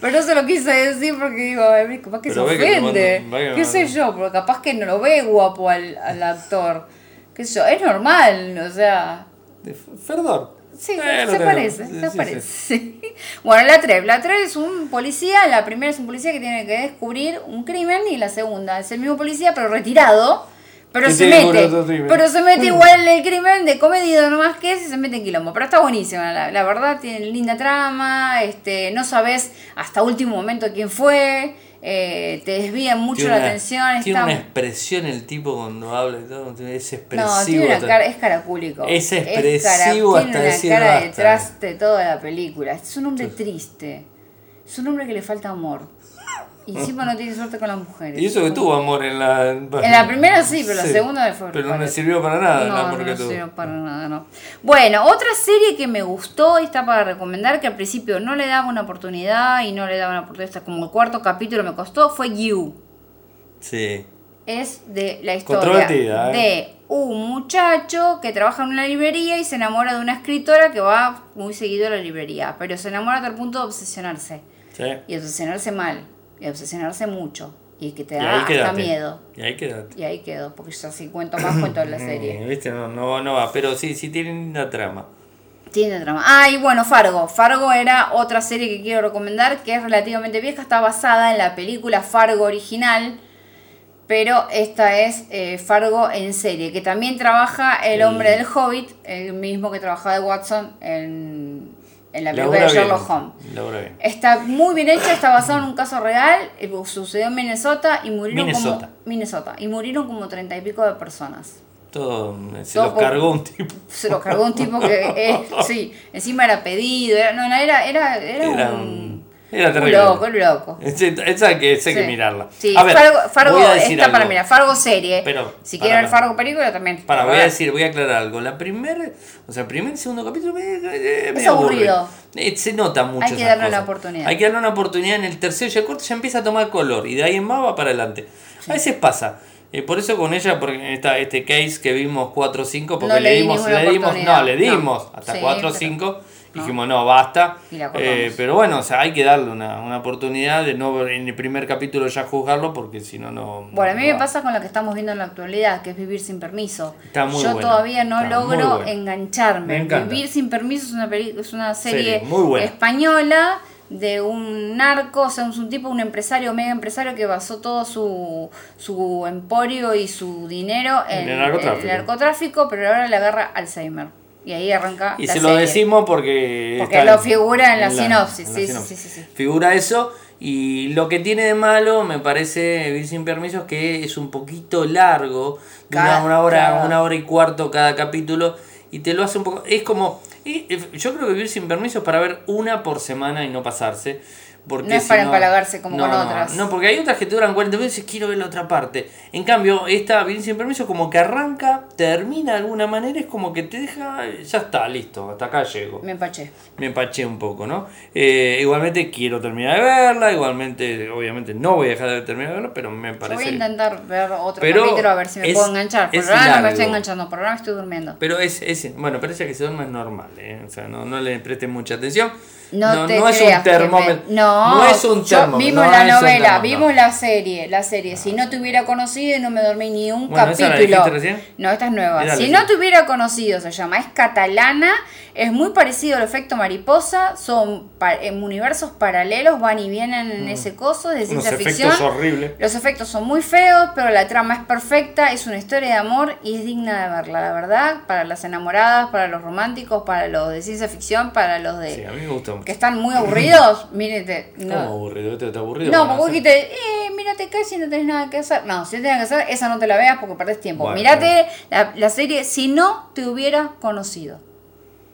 [SPEAKER 2] Pero no se lo quise decir porque digo, a ver, capaz que
[SPEAKER 1] Pero
[SPEAKER 2] se
[SPEAKER 1] ve que te
[SPEAKER 2] ofende.
[SPEAKER 1] mando- vaya-
[SPEAKER 2] ¿Qué sé yo? Porque capaz que no lo ve guapo al, al actor. ¿Qué sé yo? Es normal, o sea.
[SPEAKER 1] De F- Ferdor.
[SPEAKER 2] Sí,
[SPEAKER 1] Eh, lo
[SPEAKER 2] se
[SPEAKER 1] tengo.
[SPEAKER 2] parece,
[SPEAKER 1] Sí,
[SPEAKER 2] se
[SPEAKER 1] sí,
[SPEAKER 2] parece.
[SPEAKER 1] sí.
[SPEAKER 2] Bueno, la Trev. La Trev es un policía, la primera es un policía que tiene que descubrir un crimen y la segunda es el mismo policía pero retirado, pero
[SPEAKER 1] Que
[SPEAKER 2] se
[SPEAKER 1] tiene que
[SPEAKER 2] mete.
[SPEAKER 1] descubrir otro crimen. Mm.
[SPEAKER 2] Pero se mete igual en el crimen de comedido nomás que si se mete en quilombo. Pero está buenísima, la, la verdad, tiene linda trama, este no sabes hasta último momento quién fue, eh, te desvían mucho
[SPEAKER 1] Tiene
[SPEAKER 2] la
[SPEAKER 1] una-
[SPEAKER 2] atención.
[SPEAKER 1] Tiene
[SPEAKER 2] está-
[SPEAKER 1] una expresión el tipo cuando habla y todo. tiene- Es expresivo.
[SPEAKER 2] no, tiene una
[SPEAKER 1] todo.
[SPEAKER 2] cara, es caracúlico.
[SPEAKER 1] Es
[SPEAKER 2] cara-
[SPEAKER 1] expresivo hasta
[SPEAKER 2] Tiene
[SPEAKER 1] decir
[SPEAKER 2] una cara
[SPEAKER 1] basta.
[SPEAKER 2] detrás de toda la película. Es un hombre triste. Es un hombre que le falta amor. Y encima no tiene suerte con las mujeres.
[SPEAKER 1] Ah. Y eso que tuvo amor en la.
[SPEAKER 2] En la primera sí, pero la segunda le fue-
[SPEAKER 1] Pero no le
[SPEAKER 2] parece.
[SPEAKER 1] sirvió para nada el
[SPEAKER 2] No, no,
[SPEAKER 1] amor que
[SPEAKER 2] no
[SPEAKER 1] tuvo.
[SPEAKER 2] sirve para nada, no. Bueno, otra serie que me gustó y está para recomendar, que al principio no le daba una oportunidad y no le daba una oportunidad, hasta como el cuarto capítulo me costó, fue You.
[SPEAKER 1] Sí.
[SPEAKER 2] es de la
[SPEAKER 1] Controvertida, ¿eh?
[SPEAKER 2] historia de un muchacho que trabaja en una librería y se enamora de una escritora que va muy seguido a la librería, pero se enamora a tal punto de obsesionarse
[SPEAKER 1] sí.
[SPEAKER 2] y obsesionarse mal y obsesionarse mucho y que te
[SPEAKER 1] Y
[SPEAKER 2] da
[SPEAKER 1] ahí
[SPEAKER 2] hasta
[SPEAKER 1] quédate.
[SPEAKER 2] miedo.
[SPEAKER 1] Y ahí quédate.
[SPEAKER 2] Y ahí quedó, porque ya si cuento más cuento la serie.
[SPEAKER 1] Eh, Viste, no, no, no va. Pero sí, sí tienen una trama.
[SPEAKER 2] Tiene trama. Ah, y bueno, Fargo. Fargo era otra serie que quiero recomendar, que es relativamente vieja, está basada en la película Fargo original, pero esta es eh, Fargo en serie, que también trabaja el hombre del Hobbit, el mismo que trabajaba de Watson en, en la película de
[SPEAKER 1] bien.
[SPEAKER 2] Sherlock Holmes.
[SPEAKER 1] Labura bien.
[SPEAKER 2] Está muy bien hecha, está basado en un caso real, eh, sucedió en Minnesota y murieron
[SPEAKER 1] Minnesota.
[SPEAKER 2] como Minnesota y murieron como treinta y pico de personas.
[SPEAKER 1] Todo eh, se
[SPEAKER 2] Todo
[SPEAKER 1] los
[SPEAKER 2] por-
[SPEAKER 1] cargó un tipo.
[SPEAKER 2] Se lo cargó un tipo que, eh, sí, encima era pedido, era, no, no, era, era, era,
[SPEAKER 1] Era
[SPEAKER 2] un,
[SPEAKER 1] un. Era
[SPEAKER 2] un
[SPEAKER 1] terrible.
[SPEAKER 2] loco, un loco.
[SPEAKER 1] Esa esa hay que, esa hay que
[SPEAKER 2] Sí.
[SPEAKER 1] mirarla.
[SPEAKER 2] Sí,
[SPEAKER 1] A ver,
[SPEAKER 2] Fargo, Fargo
[SPEAKER 1] voy a decir
[SPEAKER 2] está para
[SPEAKER 1] algo.
[SPEAKER 2] mirar, Fargo serie.
[SPEAKER 1] Pero,
[SPEAKER 2] si
[SPEAKER 1] para,
[SPEAKER 2] quieren ver
[SPEAKER 1] para.
[SPEAKER 2] Fargo película también.
[SPEAKER 1] Para, voy a
[SPEAKER 2] ¿verdad?
[SPEAKER 1] decir, voy a aclarar algo. La primera, o sea, el primer y segundo capítulo eh, me, me- me
[SPEAKER 2] Es aburrido.
[SPEAKER 1] aburre. Eh, se nota mucho.
[SPEAKER 2] Hay que
[SPEAKER 1] esas
[SPEAKER 2] darle una
[SPEAKER 1] cosas.
[SPEAKER 2] oportunidad.
[SPEAKER 1] Hay que darle una oportunidad en el tercero y el cuarto ya empieza a tomar color y de ahí en más va para adelante. A veces pasa. Eh, por eso con ella, porque esta, este case que vimos 4 o 5, porque le
[SPEAKER 2] No le di
[SPEAKER 1] dimos,
[SPEAKER 2] ninguna
[SPEAKER 1] le dimos,
[SPEAKER 2] oportunidad.
[SPEAKER 1] no, le
[SPEAKER 2] No.
[SPEAKER 1] dimos hasta
[SPEAKER 2] Sí,
[SPEAKER 1] 4 o
[SPEAKER 2] pero-
[SPEAKER 1] 5, dijimos no, basta.
[SPEAKER 2] Y la cortamos.
[SPEAKER 1] Eh, pero bueno, o sea, hay que darle una, una oportunidad de no en el primer capítulo ya juzgarlo, porque si no, no.
[SPEAKER 2] Bueno, a mí
[SPEAKER 1] no
[SPEAKER 2] me
[SPEAKER 1] va.
[SPEAKER 2] pasa con lo que estamos viendo en la actualidad, que es vivir sin permiso.
[SPEAKER 1] Está muy
[SPEAKER 2] Yo
[SPEAKER 1] buena,
[SPEAKER 2] todavía no
[SPEAKER 1] está muy
[SPEAKER 2] logro
[SPEAKER 1] buena. Me
[SPEAKER 2] engancharme.
[SPEAKER 1] encanta.
[SPEAKER 2] Vivir sin permiso es una, peli- es una
[SPEAKER 1] Serie
[SPEAKER 2] serie
[SPEAKER 1] muy buena.
[SPEAKER 2] española de un narco, o sea, es un tipo, un empresario, mega empresario que basó todo su, su emporio y su dinero en,
[SPEAKER 1] En el narcotráfico.
[SPEAKER 2] en el narcotráfico, pero ahora le agarra Alzheimer. Y ahí arranca
[SPEAKER 1] Y
[SPEAKER 2] la
[SPEAKER 1] se lo
[SPEAKER 2] serie.
[SPEAKER 1] decimos porque.
[SPEAKER 2] Porque
[SPEAKER 1] está
[SPEAKER 2] lo figura en la sinopsis,
[SPEAKER 1] en
[SPEAKER 2] sí, sí, sí, sí, sí.
[SPEAKER 1] Figura eso. Y lo que tiene de malo, me parece, Vivir sin permiso, es que es un poquito largo. de
[SPEAKER 2] Cada-
[SPEAKER 1] una, una hora,
[SPEAKER 2] cada-
[SPEAKER 1] una hora y cuarto cada capítulo. Y te lo hace un eh, poco. Es como. y- y Yo creo que Vivir sin permiso es para ver una por semana y no pasarse. Porque
[SPEAKER 2] No es
[SPEAKER 1] si
[SPEAKER 2] para empalagarse como con otras.
[SPEAKER 1] No, porque hay otras que te duran 40 veces, quiero ver la otra parte. En cambio, esta, bien sin permiso, como que arranca, termina de alguna manera, es como que te deja, ya está, listo, hasta acá llego
[SPEAKER 2] Me empaché.
[SPEAKER 1] me empaché un poco, ¿no? Eh, igualmente quiero terminar de verla, igualmente, obviamente no voy a dejar de terminar de verla, pero me
[SPEAKER 2] Yo voy a
[SPEAKER 1] parece...
[SPEAKER 2] intentar ver otro
[SPEAKER 1] Pero
[SPEAKER 2] capítulo a ver si me
[SPEAKER 1] es-
[SPEAKER 2] puedo enganchar. Por
[SPEAKER 1] es
[SPEAKER 2] ahora no me estoy
[SPEAKER 1] largo.
[SPEAKER 2] enganchando, por ahora estoy durmiendo.
[SPEAKER 1] Pero es, es, bueno, parece que se duerma es normal, ¿eh? O sea, no, no le presten mucha atención.
[SPEAKER 2] No, te
[SPEAKER 1] es un
[SPEAKER 2] creas que me-
[SPEAKER 1] termómetro.
[SPEAKER 2] No,
[SPEAKER 1] es un
[SPEAKER 2] yo-
[SPEAKER 1] termómetro.
[SPEAKER 2] Vimos
[SPEAKER 1] no
[SPEAKER 2] la
[SPEAKER 1] es un
[SPEAKER 2] novela,
[SPEAKER 1] termómetro.
[SPEAKER 2] vimos la serie, la serie. Si no te hubiera conocido, no me dormí ni un
[SPEAKER 1] Bueno, ¿esa la
[SPEAKER 2] capítulo.
[SPEAKER 1] dijiste recién?
[SPEAKER 2] No, esta es nueva.
[SPEAKER 1] Mirá,
[SPEAKER 2] si
[SPEAKER 1] Leslie.
[SPEAKER 2] no te hubiera conocido, se llama. Es catalana, es muy parecido al efecto mariposa. Son pa- en universos paralelos, van y vienen en ese coso de
[SPEAKER 1] Mm. Unos
[SPEAKER 2] ciencia ficción.
[SPEAKER 1] efectos horribles.
[SPEAKER 2] Los efectos son muy feos, pero la trama es perfecta, es una historia de amor y es digna de verla, la verdad, para las enamoradas, para los románticos, para los de ciencia ficción, para los de
[SPEAKER 1] Sí, a mí me gusta mucho.
[SPEAKER 2] que están muy aburridos, mírate,
[SPEAKER 1] ¿Cómo
[SPEAKER 2] no.
[SPEAKER 1] aburrido? ¿Este está aburrido?
[SPEAKER 2] No,
[SPEAKER 1] Bueno,
[SPEAKER 2] porque
[SPEAKER 1] sí.
[SPEAKER 2] vos dijiste, eh, mírate casi no tenés nada que hacer. No, si tenés nada que hacer, esa no te la veas porque perdés tiempo.
[SPEAKER 1] Bueno,
[SPEAKER 2] mírate la, la serie si no te hubiera conocido.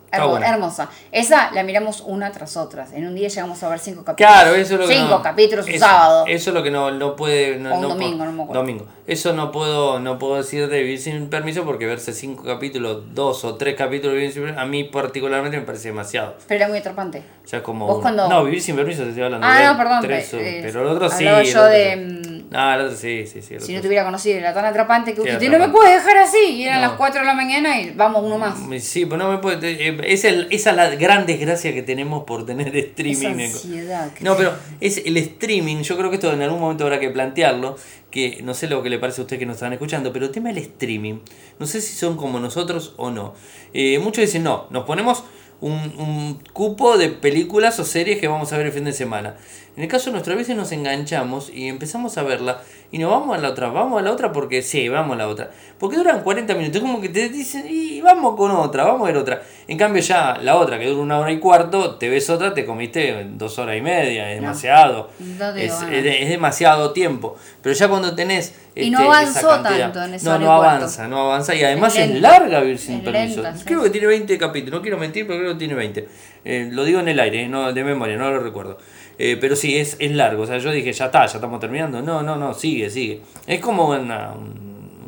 [SPEAKER 1] Está
[SPEAKER 2] Hermo-
[SPEAKER 1] buena.
[SPEAKER 2] Hermosa. Esa la miramos una tras otra. En un día llegamos a ver cinco capítulos.
[SPEAKER 1] Claro, eso es lo que
[SPEAKER 2] Cinco
[SPEAKER 1] no-
[SPEAKER 2] capítulos un
[SPEAKER 1] eso-
[SPEAKER 2] sábado.
[SPEAKER 1] Eso es lo que no, no puede. No,
[SPEAKER 2] O un
[SPEAKER 1] no
[SPEAKER 2] domingo,
[SPEAKER 1] puedo-
[SPEAKER 2] no me acuerdo.
[SPEAKER 1] Domingo. Eso no puedo, no puedo decir de vivir sin permiso porque verse cinco capítulos, dos o tres capítulos de vivir sin permiso, a mí particularmente me parece demasiado.
[SPEAKER 2] Pero era muy atrapante.
[SPEAKER 1] Ya es como.
[SPEAKER 2] Vos
[SPEAKER 1] un-
[SPEAKER 2] cuando-
[SPEAKER 1] No, vivir sin permiso te estoy hablando.
[SPEAKER 2] Ah,
[SPEAKER 1] de
[SPEAKER 2] no, perdón,
[SPEAKER 1] tres,
[SPEAKER 2] pe- eh,
[SPEAKER 1] pero el otro sí.
[SPEAKER 2] hablaba
[SPEAKER 1] el
[SPEAKER 2] yo
[SPEAKER 1] otro
[SPEAKER 2] de,
[SPEAKER 1] sí.
[SPEAKER 2] mm,
[SPEAKER 1] Ah, el otro sí, sí, sí. el
[SPEAKER 2] Si no
[SPEAKER 1] otro
[SPEAKER 2] te hubiera conocido, era tan atrapante que
[SPEAKER 1] Sí,
[SPEAKER 2] dijiste, no me
[SPEAKER 1] atrapante.
[SPEAKER 2] puedes dejar así. Y eran
[SPEAKER 1] No.
[SPEAKER 2] las 4 de la mañana y vamos uno más.
[SPEAKER 1] Sí, pero no me puede. te- eh, Esa es, esa es la gran desgracia que tenemos por tener
[SPEAKER 2] Esa
[SPEAKER 1] streaming.
[SPEAKER 2] ansiedad. que-
[SPEAKER 1] No, pero es el streaming. Yo creo que esto en algún momento habrá que plantearlo. Que no sé lo que le parece a usted que nos están escuchando, pero el tema del streaming. No sé si son como nosotros o no. Eh, muchos dicen, no, nos ponemos un, un cupo de películas o series que vamos a ver el fin de semana. En el caso nuestro, a veces nos enganchamos y empezamos a verla y nos vamos a la otra, vamos a la otra porque sí, vamos a la otra. Porque duran 40 minutos, es como que te dicen, y vamos con otra, vamos a ver otra. En cambio ya la otra que dura una hora y cuarto, te ves otra, te comiste dos horas y media, es
[SPEAKER 2] No.
[SPEAKER 1] demasiado.
[SPEAKER 2] No te
[SPEAKER 1] es,
[SPEAKER 2] digo,
[SPEAKER 1] es
[SPEAKER 2] no.
[SPEAKER 1] de- es demasiado tiempo. Pero ya cuando tenés... este,
[SPEAKER 2] Y no
[SPEAKER 1] esa
[SPEAKER 2] avanzó
[SPEAKER 1] cantidad-
[SPEAKER 2] tanto en esa
[SPEAKER 1] No,
[SPEAKER 2] hora y
[SPEAKER 1] no
[SPEAKER 2] cuarto.
[SPEAKER 1] avanza, no avanza. Y además es,
[SPEAKER 2] lenta.
[SPEAKER 1] larga Virgen
[SPEAKER 2] Es
[SPEAKER 1] Permiso.
[SPEAKER 2] lenta, sí.
[SPEAKER 1] Creo que tiene 20 capítulos, no quiero mentir, pero creo que tiene 20. Eh, lo digo en el aire, eh, no de memoria, no lo recuerdo. Eh, pero sí, es, es largo. O sea, yo dije, ya está, ya estamos terminando. No, no, no, sigue, sigue. Es como una-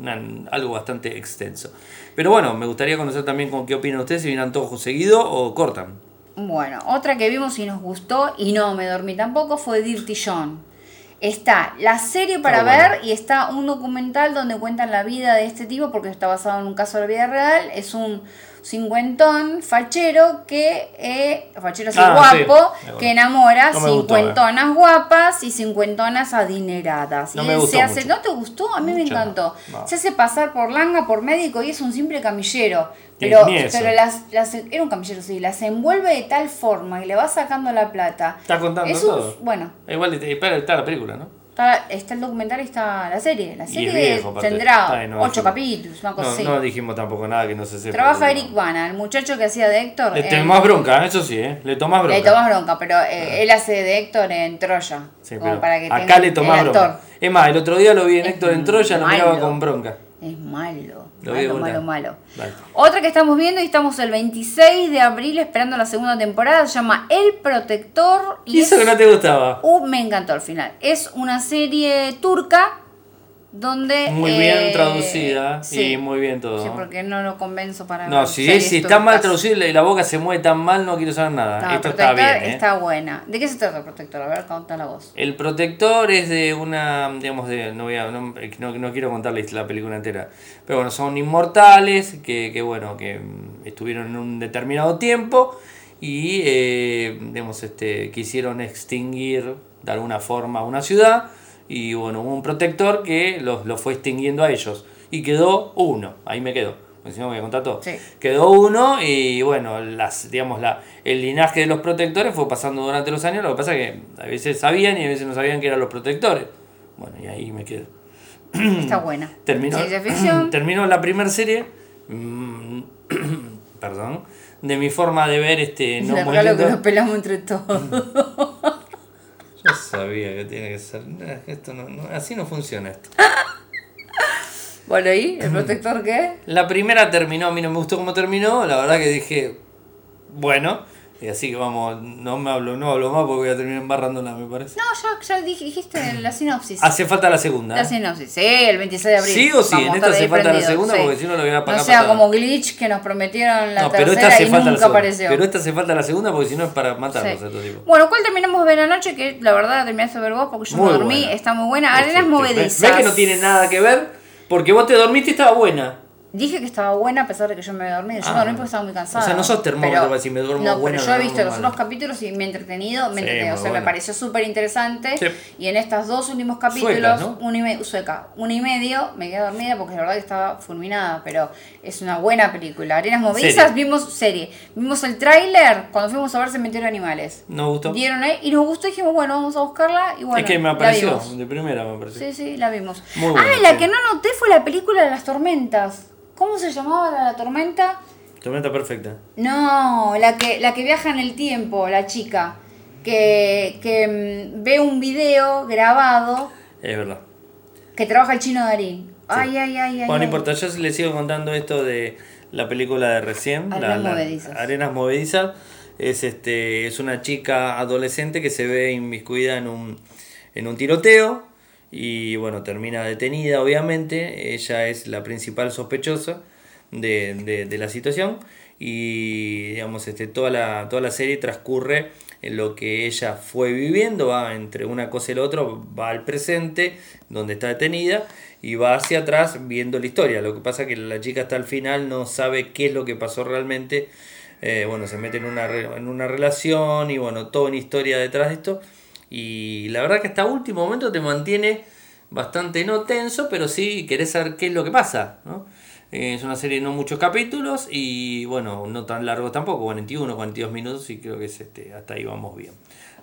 [SPEAKER 1] una- algo bastante extenso. Pero bueno, me gustaría conocer también con qué opinan ustedes, si vienen todos seguido o cortan.
[SPEAKER 2] Bueno, otra que vimos y nos gustó y no me dormí tampoco fue Dirty John. Está la serie para
[SPEAKER 1] Está buena.
[SPEAKER 2] ver y está un documental donde cuentan la vida de este tipo porque está basado en un caso de la vida real. Es un cincuentón fachero que, eh, fachero así
[SPEAKER 1] Ah, sí.
[SPEAKER 2] guapo,
[SPEAKER 1] Me acuerdo.
[SPEAKER 2] que enamora
[SPEAKER 1] No me gustó, eh.
[SPEAKER 2] cincuentonas guapas y cincuentonas adineradas.
[SPEAKER 1] No
[SPEAKER 2] y
[SPEAKER 1] me
[SPEAKER 2] él
[SPEAKER 1] gustó
[SPEAKER 2] se hace,
[SPEAKER 1] mucho.
[SPEAKER 2] ¿No te gustó? A mí me
[SPEAKER 1] Mucho no.
[SPEAKER 2] encantó.
[SPEAKER 1] No.
[SPEAKER 2] Se hace pasar por langa, por médico y es un simple camillero.
[SPEAKER 1] Y
[SPEAKER 2] Pero,
[SPEAKER 1] ni eso.
[SPEAKER 2] pero las, las- era un camillero, sí, las envuelve de tal forma y le va sacando la plata.
[SPEAKER 1] ¿Estás contando
[SPEAKER 2] Es un-
[SPEAKER 1] todo?
[SPEAKER 2] Bueno,
[SPEAKER 1] Igual eh, espera, está la película, ¿no?
[SPEAKER 2] está, está el documental y está la serie. La
[SPEAKER 1] es
[SPEAKER 2] serie
[SPEAKER 1] viejo, aparte. Está
[SPEAKER 2] tendrá
[SPEAKER 1] de Nueva
[SPEAKER 2] ocho
[SPEAKER 1] York.
[SPEAKER 2] capítulos, una cosa
[SPEAKER 1] No,
[SPEAKER 2] así.
[SPEAKER 1] no dijimos tampoco nada que no se sepa.
[SPEAKER 2] pues Trabaja
[SPEAKER 1] boludo.
[SPEAKER 2] Eric Bana, el muchacho que hacía de Héctor.
[SPEAKER 1] Le
[SPEAKER 2] en-
[SPEAKER 1] tomás bronca, eso sí, ¿eh? Le tomás bronca. Ah.
[SPEAKER 2] Le tomás bronca, pero eh, él hace de Héctor en Troya.
[SPEAKER 1] Sí,
[SPEAKER 2] como
[SPEAKER 1] pero
[SPEAKER 2] para que
[SPEAKER 1] acá
[SPEAKER 2] tenga
[SPEAKER 1] le tomás
[SPEAKER 2] el
[SPEAKER 1] bronca.
[SPEAKER 2] actor.
[SPEAKER 1] Es más, el otro día lo vi en
[SPEAKER 2] Es
[SPEAKER 1] Héctor en Troya, lo miraba
[SPEAKER 2] malo.
[SPEAKER 1] con bronca.
[SPEAKER 2] Es malo.
[SPEAKER 1] Lo vi de
[SPEAKER 2] malo,
[SPEAKER 1] vuelta.
[SPEAKER 2] malo, malo.
[SPEAKER 1] Vale.
[SPEAKER 2] Otra que estamos viendo y estamos el 26 de abril esperando la segunda temporada se llama El Protector.
[SPEAKER 1] Y
[SPEAKER 2] Y
[SPEAKER 1] eso
[SPEAKER 2] es-
[SPEAKER 1] que no te gustaba.
[SPEAKER 2] Uh, me encantó al final. Es una serie turca donde.
[SPEAKER 1] Muy
[SPEAKER 2] eh,
[SPEAKER 1] bien traducida
[SPEAKER 2] sí.
[SPEAKER 1] y muy bien todo.
[SPEAKER 2] Sí,
[SPEAKER 1] ¿no?
[SPEAKER 2] porque no lo convenzo para
[SPEAKER 1] No,
[SPEAKER 2] ver
[SPEAKER 1] si,
[SPEAKER 2] series
[SPEAKER 1] es- si está mal
[SPEAKER 2] turcas.
[SPEAKER 1] traducida y la boca se mueve tan mal, no quiero saber nada.
[SPEAKER 2] No,
[SPEAKER 1] Esto está bien.
[SPEAKER 2] Protector
[SPEAKER 1] ¿eh?
[SPEAKER 2] está buena. ¿De qué se trata Protector? A ver, contá la voz.
[SPEAKER 1] El protector es de una, digamos, de, no, voy a- no, no- no quiero contarles la película entera, pero bueno, son inmortales que, que, bueno, que mm, estuvieron en un determinado tiempo y, eh, digamos, este, quisieron extinguir de alguna forma una ciudad y, bueno, hubo un protector que los, los fue extinguiendo a ellos y quedó uno, ahí me quedo. porque Si no, voy a contar todo.
[SPEAKER 2] Sí.
[SPEAKER 1] Quedó uno y bueno, las, digamos, la, el linaje de los protectores fue pasando durante los años. Lo que pasa es que a veces sabían y a veces no sabían que eran los protectores. Bueno, y ahí me quedo.
[SPEAKER 2] Está buena.
[SPEAKER 1] Mm. Terminó,
[SPEAKER 2] Ciencia ficción.
[SPEAKER 1] terminó la primera serie. mm, perdón. De mi forma de ver este.
[SPEAKER 2] Le
[SPEAKER 1] No muy
[SPEAKER 2] regalo que
[SPEAKER 1] lindo.
[SPEAKER 2] nos pelamos entre todos.
[SPEAKER 1] Yo sabía que tiene que ser. eh, Esto no- no, así no funciona esto.
[SPEAKER 2] Bueno, ¿y el protector qué?
[SPEAKER 1] La primera terminó, a mí no me gustó cómo terminó, la verdad que dije, bueno, Y así que vamos, no me hablo, no hablo más porque voy a terminar embarrándola, me parece.
[SPEAKER 2] No, ya, ya dij- dijiste la sinopsis.
[SPEAKER 1] Hace falta la segunda. ¿eh?
[SPEAKER 2] La sinopsis, sí, el 26 de abril.
[SPEAKER 1] Sí o sí, en
[SPEAKER 2] Vamos,
[SPEAKER 1] esta
[SPEAKER 2] está
[SPEAKER 1] hace falta la
[SPEAKER 2] desprendido,
[SPEAKER 1] segunda
[SPEAKER 2] sí.
[SPEAKER 1] porque si no lo voy a pagar
[SPEAKER 2] No sea
[SPEAKER 1] patada.
[SPEAKER 2] como glitch que nos prometieron la
[SPEAKER 1] No, pero esta
[SPEAKER 2] tercera
[SPEAKER 1] hace
[SPEAKER 2] y
[SPEAKER 1] falta la
[SPEAKER 2] nunca
[SPEAKER 1] segunda.
[SPEAKER 2] apareció.
[SPEAKER 1] Pero esta hace falta la segunda porque si no es para matarnos
[SPEAKER 2] Sí.
[SPEAKER 1] a estos tipos.
[SPEAKER 2] Bueno, ¿cuál terminamos de ver anoche? Que la verdad la terminaste de ver vos porque yo
[SPEAKER 1] Muy
[SPEAKER 2] no dormí.
[SPEAKER 1] buena.
[SPEAKER 2] Está muy buena. Arenas
[SPEAKER 1] Este,
[SPEAKER 2] movedizas.
[SPEAKER 1] ¿Ves que no tiene nada que ver? Porque vos te dormiste y estaba buena.
[SPEAKER 2] Dije que estaba buena a pesar de que yo me había dormido. Yo
[SPEAKER 1] Ah.
[SPEAKER 2] me dormí porque estaba muy cansada.
[SPEAKER 1] O sea, no sos termómetro
[SPEAKER 2] Pero-
[SPEAKER 1] para decir, me duermo
[SPEAKER 2] No, pero
[SPEAKER 1] buena,
[SPEAKER 2] yo
[SPEAKER 1] me
[SPEAKER 2] he
[SPEAKER 1] duermo
[SPEAKER 2] visto los
[SPEAKER 1] mala.
[SPEAKER 2] otros capítulos y me he entretenido. Me he
[SPEAKER 1] Sí,
[SPEAKER 2] entretenido. O
[SPEAKER 1] muy
[SPEAKER 2] sea, me
[SPEAKER 1] buena.
[SPEAKER 2] pareció súper interesante.
[SPEAKER 1] Sí.
[SPEAKER 2] Y en estos dos últimos capítulos,
[SPEAKER 1] Suecas, ¿no?
[SPEAKER 2] un y me- sueca, un y medio, me quedé dormida porque la verdad que estaba fulminada. Pero es una buena película. Arenas movedizas,
[SPEAKER 1] Serie.
[SPEAKER 2] vimos serie. Vimos el tráiler cuando fuimos a ver Cementerio de Animales.
[SPEAKER 1] No gustó.
[SPEAKER 2] Dieron ahí y nos gustó y dijimos, bueno, vamos a buscarla. Y bueno,
[SPEAKER 1] es que me
[SPEAKER 2] la
[SPEAKER 1] apareció,
[SPEAKER 2] vimos.
[SPEAKER 1] de primera me apareció.
[SPEAKER 2] Sí, sí, la vimos.
[SPEAKER 1] Muy
[SPEAKER 2] ah,
[SPEAKER 1] buena,
[SPEAKER 2] la
[SPEAKER 1] sí.
[SPEAKER 2] que no noté fue la película de las tormentas. ¿Cómo se llamaba la, de la tormenta?
[SPEAKER 1] Tormenta perfecta.
[SPEAKER 2] No, la que, la que viaja en el tiempo, la chica. Que, que mm, ve un video grabado
[SPEAKER 1] Es verdad.
[SPEAKER 2] que trabaja el chino Darín. Ay, ay, ay, ay.
[SPEAKER 1] Bueno, no
[SPEAKER 2] ay.
[SPEAKER 1] importa, yo les sigo contando esto de la película de recién, la-
[SPEAKER 2] Arenas
[SPEAKER 1] la-
[SPEAKER 2] movedizas.
[SPEAKER 1] Arenas Movedizas. Es, este, es una chica adolescente que se ve inmiscuida en un, en un tiroteo y bueno, termina detenida obviamente. Ella es la principal sospechosa de, de- de la situación y digamos, este, toda, la, toda la serie transcurre en lo que ella fue viviendo, va entre una cosa y la otra, va al presente, donde está detenida, y va hacia atrás viendo la historia. Lo que pasa que la chica hasta el final no sabe qué es lo que pasó realmente. Eh, bueno, se mete en una, re- en una relación y bueno, toda una historia detrás de esto. Y la verdad que hasta último momento te mantiene bastante no tenso, pero sí querés saber qué es lo que pasa, ¿no? Eh, Es una serie de no muchos capítulos y bueno, no tan largos tampoco, 41, 42 minutos y creo que es este, hasta ahí vamos bien.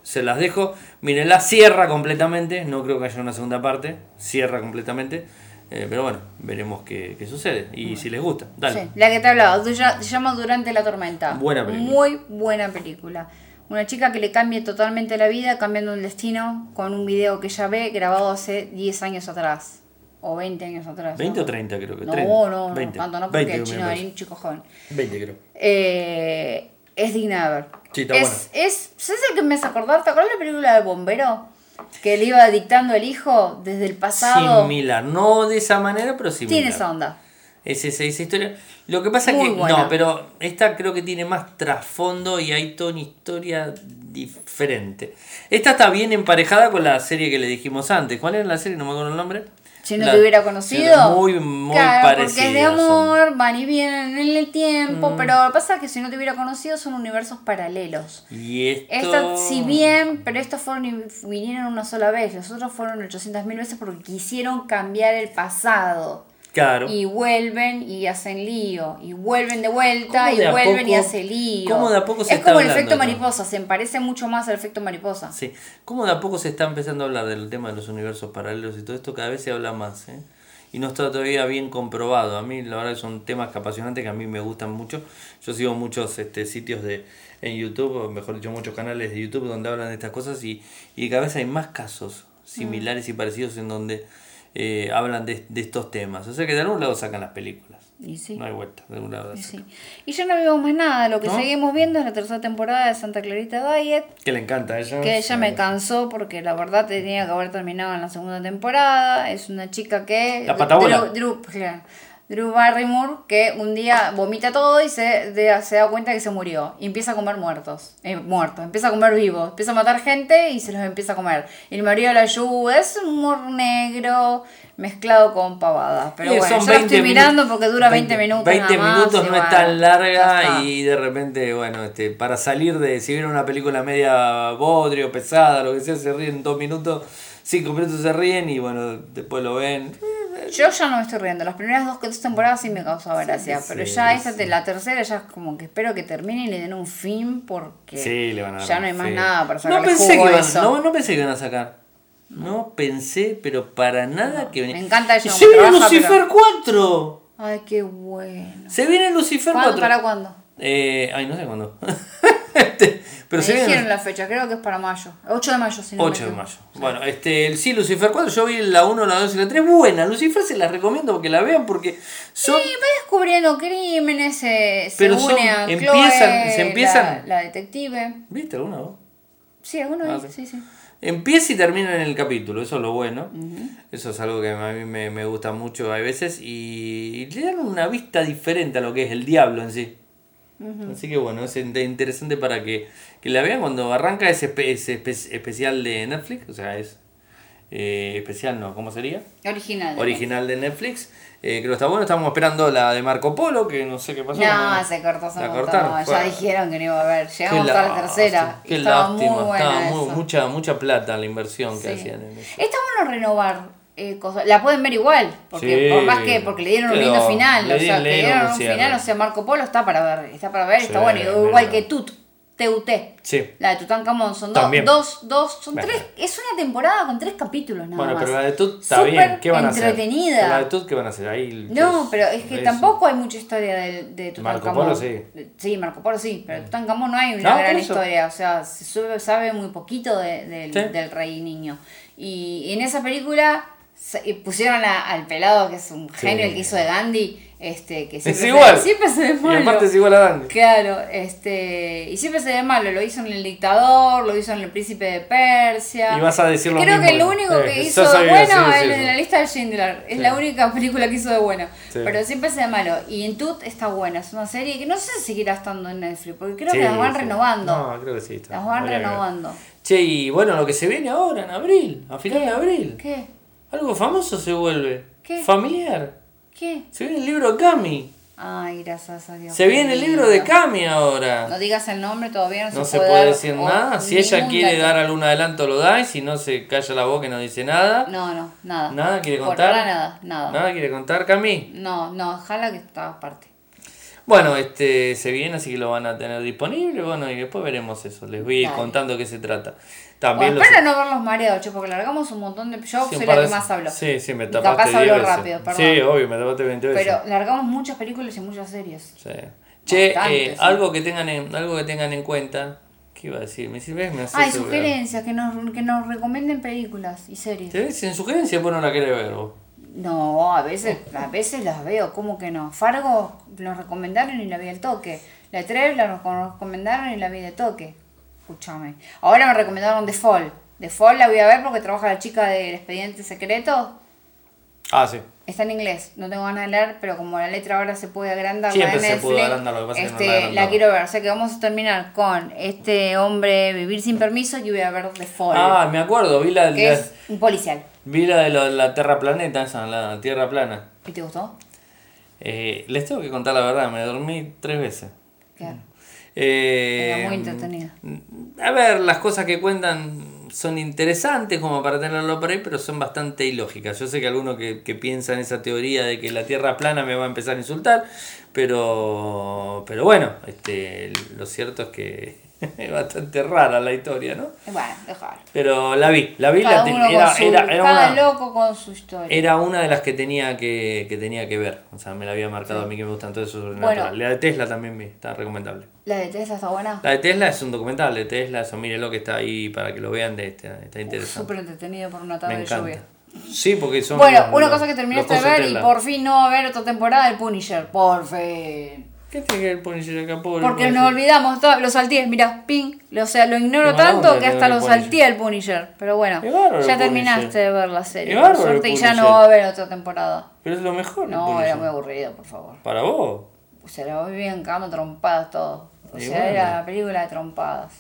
[SPEAKER 1] Se las dejo, miren, la cierra completamente, no creo que haya una segunda parte, cierra completamente, eh, pero bueno, veremos qué, qué sucede y si les gusta, dale.
[SPEAKER 2] Sí, la que te hablaba, du- ya- se llama Durante la Tormenta.
[SPEAKER 1] Buena película.
[SPEAKER 2] Muy buena película. Una chica que le cambia totalmente la vida cambiando un destino con un video que ella ve grabado hace 10 años atrás. O 20 años atrás.
[SPEAKER 1] 20
[SPEAKER 2] ¿no?
[SPEAKER 1] o 30 creo que.
[SPEAKER 2] No,
[SPEAKER 1] 30,
[SPEAKER 2] no, no,
[SPEAKER 1] 20,
[SPEAKER 2] tanto no, porque
[SPEAKER 1] 20
[SPEAKER 2] el
[SPEAKER 1] me
[SPEAKER 2] chino
[SPEAKER 1] parece.
[SPEAKER 2] era un chico joven.
[SPEAKER 1] 20 creo.
[SPEAKER 2] Eh, es digna de ver.
[SPEAKER 1] Sí, está
[SPEAKER 2] es, es, ¿Sabes el que me hace acordar? ¿Te acuerdas la película del bombero? Que le iba dictando el hijo desde el pasado.
[SPEAKER 1] Similar, no de esa manera, pero similar.
[SPEAKER 2] Tiene esa onda.
[SPEAKER 1] Es esa, esa historia. Lo que pasa
[SPEAKER 2] Muy
[SPEAKER 1] que.
[SPEAKER 2] buena.
[SPEAKER 1] No, pero esta creo que tiene más trasfondo y hay toda una historia diferente. Esta está bien emparejada con la serie que le dijimos antes. ¿Cuál era la serie? No me acuerdo el nombre.
[SPEAKER 2] Si no
[SPEAKER 1] La-
[SPEAKER 2] te hubiera conocido.
[SPEAKER 1] Muy, muy
[SPEAKER 2] claro,
[SPEAKER 1] parecida.
[SPEAKER 2] Porque es de
[SPEAKER 1] son. Mm.
[SPEAKER 2] amor, van y vienen en el tiempo, pero lo que pasa es que si no te hubiera conocido son universos paralelos.
[SPEAKER 1] Y esto.
[SPEAKER 2] Esta, si bien, pero estos fueron y vinieron una sola vez, los otros fueron 800.000 veces porque quisieron cambiar el pasado.
[SPEAKER 1] Claro.
[SPEAKER 2] Y vuelven y hacen lío, y vuelven de vuelta,
[SPEAKER 1] ¿Cómo
[SPEAKER 2] y
[SPEAKER 1] de a
[SPEAKER 2] vuelven y
[SPEAKER 1] poco-
[SPEAKER 2] hacen lío.
[SPEAKER 1] cómo de a poco se
[SPEAKER 2] es
[SPEAKER 1] está
[SPEAKER 2] como el
[SPEAKER 1] hablando,
[SPEAKER 2] efecto
[SPEAKER 1] ¿no?
[SPEAKER 2] mariposa, se parece mucho más al efecto mariposa.
[SPEAKER 1] Sí, como de a poco se está empezando a hablar del tema de los universos paralelos y todo esto, cada vez se habla más, ¿eh? Y no está todavía bien comprobado. A mí, la verdad, que son temas que apasionantes que a mí me gustan mucho. Yo sigo muchos este, sitios de en YouTube, o mejor dicho, muchos canales de YouTube donde hablan de estas cosas y, y cada vez hay más casos
[SPEAKER 2] Mm.
[SPEAKER 1] similares y parecidos en donde eh, hablan de, de estos temas. O sea que de algún lado sacan las películas.
[SPEAKER 2] Y sí.
[SPEAKER 1] No hay vuelta, de algún lado. las sacan.
[SPEAKER 2] Sí. Y ya no vimos más nada, lo que
[SPEAKER 1] ¿No?
[SPEAKER 2] seguimos viendo es la tercera temporada de Santa Clarita Diet,
[SPEAKER 1] Que le encanta a ella.
[SPEAKER 2] que ella me cansó porque la verdad tenía que haber terminado en la segunda temporada, es una chica que...
[SPEAKER 1] La patabola.
[SPEAKER 2] Drew, Drew- claro. Drew Barrymore que un día vomita todo y se, de- se da cuenta que se murió y empieza a comer muertos, eh, muertos, empieza a comer vivos, empieza a matar gente y se los empieza a comer. Y el marido la ayuda, es un humor negro mezclado con pavadas, pero
[SPEAKER 1] Eh,
[SPEAKER 2] bueno,
[SPEAKER 1] son
[SPEAKER 2] yo la estoy
[SPEAKER 1] 20
[SPEAKER 2] mirando
[SPEAKER 1] minu-
[SPEAKER 2] porque dura 20, minutos.
[SPEAKER 1] 20
[SPEAKER 2] nada más,
[SPEAKER 1] minutos
[SPEAKER 2] y
[SPEAKER 1] no es
[SPEAKER 2] bueno,
[SPEAKER 1] tan
[SPEAKER 2] ya
[SPEAKER 1] larga
[SPEAKER 2] está.
[SPEAKER 1] y de repente, bueno, este, para salir de, si viene una película media bodrio, pesada, lo que sea, se ríen dos minutos, cinco minutos se ríen y bueno, después lo ven.
[SPEAKER 2] Yo ya no me estoy riendo. Las primeras dos, dos temporadas sí me causaba gracia.
[SPEAKER 1] sí,
[SPEAKER 2] pero ya
[SPEAKER 1] sí.
[SPEAKER 2] esta, te- la tercera, ya es como que espero que termine y le den un fin porque
[SPEAKER 1] Sí, le van a dar
[SPEAKER 2] ya no hay más
[SPEAKER 1] sí.
[SPEAKER 2] nada para sacar
[SPEAKER 1] no pensé que iban,
[SPEAKER 2] eso.
[SPEAKER 1] no, no pensé que iban a sacar. No pensé, pero para nada que
[SPEAKER 2] me encanta ella
[SPEAKER 1] Se
[SPEAKER 2] como
[SPEAKER 1] viene
[SPEAKER 2] trabaja,
[SPEAKER 1] Lucifer 4.
[SPEAKER 2] Ay, qué bueno.
[SPEAKER 1] Se viene Lucifer
[SPEAKER 2] ¿Cuándo,
[SPEAKER 1] 4.
[SPEAKER 2] ¿Para cuándo?
[SPEAKER 1] Eh, ay, no sé cuándo. Este, Pero
[SPEAKER 2] Me
[SPEAKER 1] se vienen-
[SPEAKER 2] dijeron la fecha, creo que es para mayo. 8 de mayo, si no me
[SPEAKER 1] 8 de
[SPEAKER 2] equivoco.
[SPEAKER 1] mayo. Bueno, este, el sí, Lucifer 4, yo vi la 1, la 2 y la 3. Buena, Lucifer se las recomiendo porque la vean porque son...
[SPEAKER 2] Sí, va descubriendo crímenes, se, se
[SPEAKER 1] Pero
[SPEAKER 2] une
[SPEAKER 1] son-
[SPEAKER 2] a Chloe,
[SPEAKER 1] empiezan- se
[SPEAKER 2] la-
[SPEAKER 1] empiezan-
[SPEAKER 2] la, detective.
[SPEAKER 1] ¿Viste alguna vos?
[SPEAKER 2] Sí, alguno
[SPEAKER 1] Ah,
[SPEAKER 2] dice, sí, sí.
[SPEAKER 1] Empieza y termina en el capítulo, eso es lo bueno. Eso es algo que a mí me, me gusta mucho a veces y, y le dan una vista diferente a lo que es el diablo en sí. Así que bueno, es in- interesante para que, que la vean cuando arranca ese, espe- ese espe- especial de Netflix, o sea, es eh, especial, ¿no? ¿Cómo sería?
[SPEAKER 2] Original.
[SPEAKER 1] Original de Netflix. Eh, creo que está bueno, estamos esperando la de Marco Polo, que no sé qué pasó.
[SPEAKER 2] No, se cortó hace
[SPEAKER 1] La
[SPEAKER 2] un montón.
[SPEAKER 1] cortaron,
[SPEAKER 2] Ya
[SPEAKER 1] fue-
[SPEAKER 2] dijeron que no iba a haber.
[SPEAKER 1] Qué
[SPEAKER 2] Llegamos a la
[SPEAKER 1] lástima,
[SPEAKER 2] tercera.
[SPEAKER 1] Qué
[SPEAKER 2] estaba
[SPEAKER 1] lástima,
[SPEAKER 2] muy buena.
[SPEAKER 1] estaba muy-
[SPEAKER 2] eso.
[SPEAKER 1] mucha, mucha plata la inversión que
[SPEAKER 2] Sí.
[SPEAKER 1] hacían en eso.
[SPEAKER 2] Está bueno renovar eh, cosas. La pueden ver igual. Porque
[SPEAKER 1] Sí.
[SPEAKER 2] por más que porque le dieron un
[SPEAKER 1] Quedó.
[SPEAKER 2] lindo final.
[SPEAKER 1] Le
[SPEAKER 2] o sea,
[SPEAKER 1] di-
[SPEAKER 2] le
[SPEAKER 1] le dieron
[SPEAKER 2] dieron
[SPEAKER 1] un
[SPEAKER 2] un
[SPEAKER 1] cierre.
[SPEAKER 2] final. O sea, Marco Polo está para ver. Está para ver, está
[SPEAKER 1] Sí,
[SPEAKER 2] bueno.
[SPEAKER 1] es
[SPEAKER 2] Igual
[SPEAKER 1] verdad.
[SPEAKER 2] que Tut. TUT.
[SPEAKER 1] Sí.
[SPEAKER 2] La de Tutankamón. Son dos,
[SPEAKER 1] También.
[SPEAKER 2] dos, dos. Son
[SPEAKER 1] Bueno.
[SPEAKER 2] tres. Es una temporada con tres capítulos nada
[SPEAKER 1] Bueno,
[SPEAKER 2] más.
[SPEAKER 1] pero la de Tut está
[SPEAKER 2] Súper
[SPEAKER 1] bien. ¿Qué van a hacer?
[SPEAKER 2] entretenida.
[SPEAKER 1] Pero La de Tut, ¿qué van a hacer? Ahí,
[SPEAKER 2] No,
[SPEAKER 1] pues,
[SPEAKER 2] pero es que
[SPEAKER 1] eso.
[SPEAKER 2] tampoco hay mucha historia de, de
[SPEAKER 1] Marco
[SPEAKER 2] Tutankamón.
[SPEAKER 1] Polo sí. Mm.
[SPEAKER 2] Sí, Marco Polo sí, pero Tutankamón no hay una
[SPEAKER 1] No, por
[SPEAKER 2] gran
[SPEAKER 1] eso.
[SPEAKER 2] historia. O sea, se sube- sabe muy poquito de- del-
[SPEAKER 1] Sí.
[SPEAKER 2] del rey niño. Y en esa película se- y pusieron a- al pelado, que es un genio, el que hizo de Gandhi, este, que siempre, se-
[SPEAKER 1] igual.
[SPEAKER 2] siempre se ve
[SPEAKER 1] Y
[SPEAKER 2] malo.
[SPEAKER 1] aparte es igual a Dandy.
[SPEAKER 2] Claro, este, y siempre se ve malo, lo hizo en el dictador, lo hizo en el príncipe de Persia.
[SPEAKER 1] Y vas a decir lo
[SPEAKER 2] Creo
[SPEAKER 1] mismo.
[SPEAKER 2] que lo único
[SPEAKER 1] Eh,
[SPEAKER 2] que
[SPEAKER 1] yo
[SPEAKER 2] hizo de
[SPEAKER 1] sabía,
[SPEAKER 2] bueno
[SPEAKER 1] sí, sí,
[SPEAKER 2] es
[SPEAKER 1] sí.
[SPEAKER 2] en la lista de Schindler, es la única película que hizo de bueno,
[SPEAKER 1] Sí.
[SPEAKER 2] pero siempre se ve malo. Y en Tut está buena, es una serie que no sé si seguirá estando en Netflix, porque creo
[SPEAKER 1] Sí,
[SPEAKER 2] que las van
[SPEAKER 1] sí.
[SPEAKER 2] renovando,
[SPEAKER 1] No, creo que sí. está.
[SPEAKER 2] las van
[SPEAKER 1] Habría que ver.
[SPEAKER 2] renovando.
[SPEAKER 1] Che, y bueno, lo que se viene ahora, en abril, a final de abril.
[SPEAKER 2] ¿Qué?
[SPEAKER 1] Algo famoso se vuelve.
[SPEAKER 2] ¿Qué?
[SPEAKER 1] Familiar.
[SPEAKER 2] ¿Qué?
[SPEAKER 1] Se viene el libro Cami.
[SPEAKER 2] Ay, gracias a Dios.
[SPEAKER 1] Se
[SPEAKER 2] qué
[SPEAKER 1] viene el libro
[SPEAKER 2] lindo.
[SPEAKER 1] de Cami ahora.
[SPEAKER 2] No digas el nombre, todavía no,
[SPEAKER 1] No se
[SPEAKER 2] dar
[SPEAKER 1] puede decir
[SPEAKER 2] o-
[SPEAKER 1] nada. Si ella
[SPEAKER 2] ningún
[SPEAKER 1] quiere
[SPEAKER 2] dato.
[SPEAKER 1] dar algún adelanto, lo da. Y si no, se calla la boca y no dice nada.
[SPEAKER 2] No, no, nada.
[SPEAKER 1] ¿Nada quiere
[SPEAKER 2] Por
[SPEAKER 1] contar?
[SPEAKER 2] ahora nada, nada.
[SPEAKER 1] ¿Nada quiere contar, Cami?
[SPEAKER 2] No, no, ojalá que está aparte.
[SPEAKER 1] Bueno, este se viene, así que lo van a tener disponible. Bueno, y después veremos eso. Les voy a ir
[SPEAKER 2] Dale.
[SPEAKER 1] contando qué se trata.
[SPEAKER 2] O
[SPEAKER 1] También los.
[SPEAKER 2] espero no verlos mareados, che, porque largamos un montón de. Yo
[SPEAKER 1] Sí, un
[SPEAKER 2] soy
[SPEAKER 1] par
[SPEAKER 2] la
[SPEAKER 1] de-
[SPEAKER 2] que más hablo.
[SPEAKER 1] Sí, sí, me
[SPEAKER 2] Y capaz
[SPEAKER 1] tapaste.
[SPEAKER 2] hablo
[SPEAKER 1] 10 veces.
[SPEAKER 2] rápido, perdón.
[SPEAKER 1] Sí, obvio, me tapaste 20 veces.
[SPEAKER 2] Pero largamos muchas películas y muchas series.
[SPEAKER 1] Sí. Che,
[SPEAKER 2] Bastante,
[SPEAKER 1] eh,
[SPEAKER 2] sí.
[SPEAKER 1] algo, que tengan en, algo que tengan en cuenta. ¿Qué iba a decir? ¿Me sirves? Me haces
[SPEAKER 2] Ay,
[SPEAKER 1] sobre-
[SPEAKER 2] Ah, sugerencias, que nos, que nos recomienden películas y series.
[SPEAKER 1] ¿Te ves? En sugerencia, pues no la querés ver vos.
[SPEAKER 2] No, a veces, a veces las veo, ¿cómo que no? Fargo nos recomendaron y la vi al toque. La Trevor la nos recomendaron y la vi de toque. Escúchame. Ahora me recomendaron The Fall. The Fall la voy a ver porque trabaja la chica del expediente secreto.
[SPEAKER 1] Ah, sí.
[SPEAKER 2] Está en inglés, no tengo ganas de leer, pero como la letra ahora se puede agrandar,
[SPEAKER 1] Siempre
[SPEAKER 2] la de
[SPEAKER 1] se pudo
[SPEAKER 2] Netflix,
[SPEAKER 1] agrandar, lo que pasa es que no la
[SPEAKER 2] este, la,
[SPEAKER 1] agrandamos.
[SPEAKER 2] quiero ver. O sea que vamos a terminar con este hombre vivir sin permiso y voy a ver The Fall,
[SPEAKER 1] Ah, me acuerdo, vi la,
[SPEAKER 2] que
[SPEAKER 1] la-
[SPEAKER 2] es un policial.
[SPEAKER 1] vi la de la, la Terra Planeta, esa, la Tierra Plana.
[SPEAKER 2] ¿Y te gustó?
[SPEAKER 1] Eh, les tengo que contar la verdad, me dormí tres veces. Mm.
[SPEAKER 2] Claro.
[SPEAKER 1] Eh, mm,
[SPEAKER 2] Era muy entretenida.
[SPEAKER 1] A ver, las cosas que cuentan son interesantes como para tenerlo por ahí, pero son bastante ilógicas. Yo sé que alguno que, que piensa en esa teoría de que la Tierra es plana me va a empezar a insultar, pero, pero bueno, este, lo cierto es que es bastante rara la historia, ¿no?
[SPEAKER 2] Y Eh, Bueno, déjalo.
[SPEAKER 1] Pero la vi, la vi, la
[SPEAKER 2] Cada
[SPEAKER 1] ten-
[SPEAKER 2] uno
[SPEAKER 1] era,
[SPEAKER 2] con su,
[SPEAKER 1] era- era
[SPEAKER 2] cada
[SPEAKER 1] una- Eh,
[SPEAKER 2] loco con su historia.
[SPEAKER 1] era una de las que tenía que, que tenía que ver. O sea, me la había marcado a mí que me gusta entonces eso es
[SPEAKER 2] Bueno.
[SPEAKER 1] natural. La de Tesla también vi, está recomendable.
[SPEAKER 2] La de Tesla está buena.
[SPEAKER 1] La de Tesla es un documental de Tesla, eso lo que está ahí para que lo vean de este, está interesante.
[SPEAKER 2] Súper entretenido por una tarde
[SPEAKER 1] me
[SPEAKER 2] de
[SPEAKER 1] encanta.
[SPEAKER 2] lluvia.
[SPEAKER 1] Sí, porque son
[SPEAKER 2] Bueno,
[SPEAKER 1] los-
[SPEAKER 2] una
[SPEAKER 1] los-
[SPEAKER 2] cosa que
[SPEAKER 1] los
[SPEAKER 2] terminaste de
[SPEAKER 1] cosas
[SPEAKER 2] ver y
[SPEAKER 1] Tesla.
[SPEAKER 2] por fin no va a haber otra temporada del Punisher. Por fin.
[SPEAKER 1] ¿Qué tiene que ver Punisher acá, pobre?
[SPEAKER 2] Porque
[SPEAKER 1] Punisher?
[SPEAKER 2] nos olvidamos, todo, lo salteé, mirá, ping, lo- o sea, lo
[SPEAKER 1] Qué
[SPEAKER 2] ignoro
[SPEAKER 1] mala
[SPEAKER 2] tanto
[SPEAKER 1] onda
[SPEAKER 2] que
[SPEAKER 1] tener
[SPEAKER 2] hasta
[SPEAKER 1] el
[SPEAKER 2] lo
[SPEAKER 1] Punisher.
[SPEAKER 2] salteé el Punisher. Pero bueno,
[SPEAKER 1] Qué bárbaro el
[SPEAKER 2] ya
[SPEAKER 1] Punisher.
[SPEAKER 2] terminaste de ver la serie.
[SPEAKER 1] Qué
[SPEAKER 2] Por
[SPEAKER 1] bárbaro el
[SPEAKER 2] suerte y ya no
[SPEAKER 1] Punisher.
[SPEAKER 2] va a haber otra temporada.
[SPEAKER 1] Pero es lo mejor. el
[SPEAKER 2] No,
[SPEAKER 1] Punisher.
[SPEAKER 2] era muy aburrido, por favor.
[SPEAKER 1] Para vos.
[SPEAKER 2] Se lo vivían cagando trompadas todo. O
[SPEAKER 1] Y
[SPEAKER 2] sea,
[SPEAKER 1] bueno.
[SPEAKER 2] era la película de trompadas.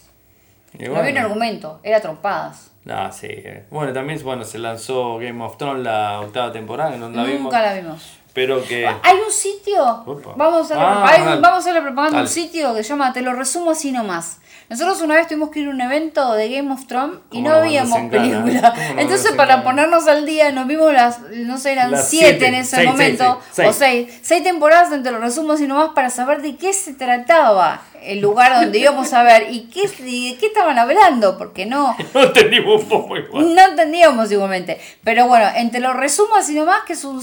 [SPEAKER 1] Y
[SPEAKER 2] No había un
[SPEAKER 1] bueno.
[SPEAKER 2] argumento, era trompadas.
[SPEAKER 1] Ah, sí. eh. Bueno, también bueno, se lanzó Game of Thrones la octava temporada, que no la vimos.
[SPEAKER 2] Nunca la Ah. vimos.
[SPEAKER 1] Pero que.
[SPEAKER 2] Hay un sitio,
[SPEAKER 1] Opa.
[SPEAKER 2] vamos a,
[SPEAKER 1] Ah,
[SPEAKER 2] hay un-
[SPEAKER 1] dale.
[SPEAKER 2] vamos a hacer la propaganda de un
[SPEAKER 1] Dale.
[SPEAKER 2] sitio que se llama, te lo resumo así nomás. Nosotros una vez tuvimos que ir a un evento de Game of Thrones y
[SPEAKER 1] ¿Cómo
[SPEAKER 2] no
[SPEAKER 1] nos
[SPEAKER 2] habíamos
[SPEAKER 1] desencanan, eh?
[SPEAKER 2] película.
[SPEAKER 1] ¿Cómo nos
[SPEAKER 2] Entonces para
[SPEAKER 1] desencanan?
[SPEAKER 2] ponernos al día nos vimos las, no sé, eran
[SPEAKER 1] Las
[SPEAKER 2] siete,
[SPEAKER 1] siete,
[SPEAKER 2] en ese
[SPEAKER 1] seis,
[SPEAKER 2] momento,
[SPEAKER 1] seis, seis,
[SPEAKER 2] o seis, seis temporadas en te lo resumo así nomás para saber de qué se trataba. el lugar donde íbamos a ver y qué, y de qué estaban hablando, porque no,
[SPEAKER 1] No entendimos un poco igual.
[SPEAKER 2] no entendíamos igualmente. Pero bueno, entre los resumo así nomás, que es un,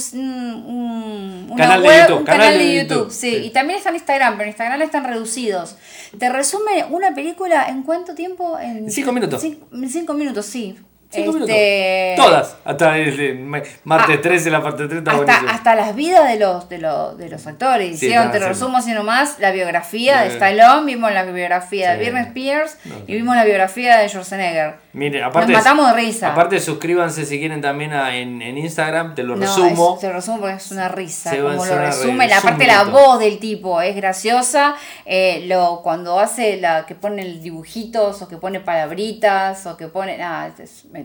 [SPEAKER 2] un- una
[SPEAKER 1] Canal de
[SPEAKER 2] web-
[SPEAKER 1] YouTube,
[SPEAKER 2] un canal, de YouTube, sí.
[SPEAKER 1] sí.
[SPEAKER 2] Y también está en Instagram, pero en Instagram están reducidos. Te resume una película en cuánto tiempo? En
[SPEAKER 1] Cinco minutos.
[SPEAKER 2] Cin- En cinco minutos, sí.
[SPEAKER 1] Cinco minutos.
[SPEAKER 2] Este,
[SPEAKER 1] Todas. Hasta el, el ma- martes
[SPEAKER 2] Ah.
[SPEAKER 1] 13, la parte 3 está
[SPEAKER 2] hasta,
[SPEAKER 1] buenísima.
[SPEAKER 2] hasta las vidas de los, de los, de los actores.
[SPEAKER 1] Sí,
[SPEAKER 2] Hicieron,
[SPEAKER 1] está
[SPEAKER 2] te
[SPEAKER 1] haciendo.
[SPEAKER 2] resumo así nomás, la biografía de
[SPEAKER 1] Sí.
[SPEAKER 2] Stallone, vimos la biografía de
[SPEAKER 1] Sí.
[SPEAKER 2] Britney Spears
[SPEAKER 1] No,
[SPEAKER 2] y vimos la biografía de Schwarzenegger.
[SPEAKER 1] Mire, aparte,
[SPEAKER 2] Nos matamos de risa.
[SPEAKER 1] aparte suscríbanse si quieren también a- en, en Instagram, te lo
[SPEAKER 2] No,
[SPEAKER 1] resumo.
[SPEAKER 2] es- te lo resumo porque es una risa.
[SPEAKER 1] Se va a
[SPEAKER 2] como lo
[SPEAKER 1] hacer una
[SPEAKER 2] resume,
[SPEAKER 1] risa,
[SPEAKER 2] la
[SPEAKER 1] es un
[SPEAKER 2] parte de la
[SPEAKER 1] minuto.
[SPEAKER 2] voz del tipo es graciosa. eh, lo, cuando hace la que pone el dibujitos o que pone palabritas o que pone. nada, es- es- me-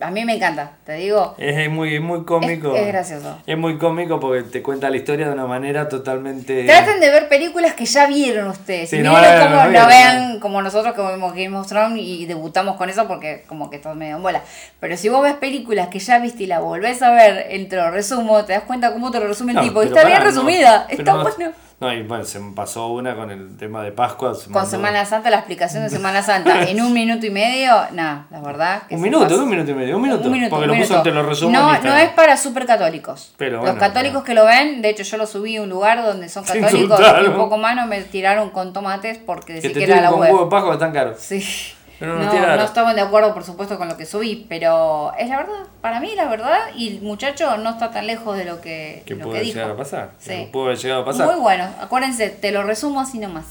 [SPEAKER 2] a mí me encanta, te digo.
[SPEAKER 1] Es, es muy, es muy cómico.
[SPEAKER 2] Es- es gracioso.
[SPEAKER 1] Es muy cómico porque te cuenta la historia de una manera totalmente.
[SPEAKER 2] Traten de ver películas que ya vieron ustedes.
[SPEAKER 1] Sí,
[SPEAKER 2] y
[SPEAKER 1] no
[SPEAKER 2] miren
[SPEAKER 1] van a ver,
[SPEAKER 2] cómo
[SPEAKER 1] no
[SPEAKER 2] no
[SPEAKER 1] vieron,
[SPEAKER 2] vean como nosotros que vimos Game of Thrones y debutamos con eso porque como que estás medio en bola. Pero si vos ves películas que ya viste y la volvés a ver entre los resumo, te das cuenta cómo te lo resume el
[SPEAKER 1] No,
[SPEAKER 2] tipo. Y
[SPEAKER 1] pero
[SPEAKER 2] Está
[SPEAKER 1] pará,
[SPEAKER 2] bien
[SPEAKER 1] no,
[SPEAKER 2] resumida,
[SPEAKER 1] pero
[SPEAKER 2] está
[SPEAKER 1] no-
[SPEAKER 2] bueno.
[SPEAKER 1] No, y bueno, se me pasó una con el tema de Pascua. se
[SPEAKER 2] Con
[SPEAKER 1] mandó-
[SPEAKER 2] Semana Santa, la explicación de Semana Santa en un minuto y medio, nada, la verdad. que
[SPEAKER 1] Un
[SPEAKER 2] se
[SPEAKER 1] minuto,
[SPEAKER 2] pasa.
[SPEAKER 1] un minuto y medio, un minuto.
[SPEAKER 2] Un minuto,
[SPEAKER 1] porque
[SPEAKER 2] un
[SPEAKER 1] lo puso
[SPEAKER 2] minuto.
[SPEAKER 1] te lo resumo. en
[SPEAKER 2] No, no
[SPEAKER 1] Instagram.
[SPEAKER 2] es para super católicos.
[SPEAKER 1] Pero
[SPEAKER 2] Los
[SPEAKER 1] bueno,
[SPEAKER 2] católicos
[SPEAKER 1] pero-
[SPEAKER 2] que lo ven, de hecho yo lo subí a un lugar donde son
[SPEAKER 1] Te
[SPEAKER 2] católicos y
[SPEAKER 1] insultaron.
[SPEAKER 2] un poco más no me tiraron con tomates porque
[SPEAKER 1] Que
[SPEAKER 2] decía
[SPEAKER 1] te
[SPEAKER 2] que era
[SPEAKER 1] tiren
[SPEAKER 2] la
[SPEAKER 1] con
[SPEAKER 2] web.
[SPEAKER 1] huevo de Pascua tan caro.
[SPEAKER 2] Sí.
[SPEAKER 1] Pero
[SPEAKER 2] No,
[SPEAKER 1] no
[SPEAKER 2] no,
[SPEAKER 1] tiraron.
[SPEAKER 2] estamos de acuerdo, por supuesto, con lo que subí, pero es la verdad, para mí la verdad, y el muchacho no está tan lejos de lo que,
[SPEAKER 1] Que
[SPEAKER 2] lo
[SPEAKER 1] pudo
[SPEAKER 2] que
[SPEAKER 1] haber
[SPEAKER 2] dijo.
[SPEAKER 1] llegado a pasar.
[SPEAKER 2] Sí.
[SPEAKER 1] Que pudo haber llegado a pasar.
[SPEAKER 2] Muy bueno, acuérdense, te lo resumo así nomás.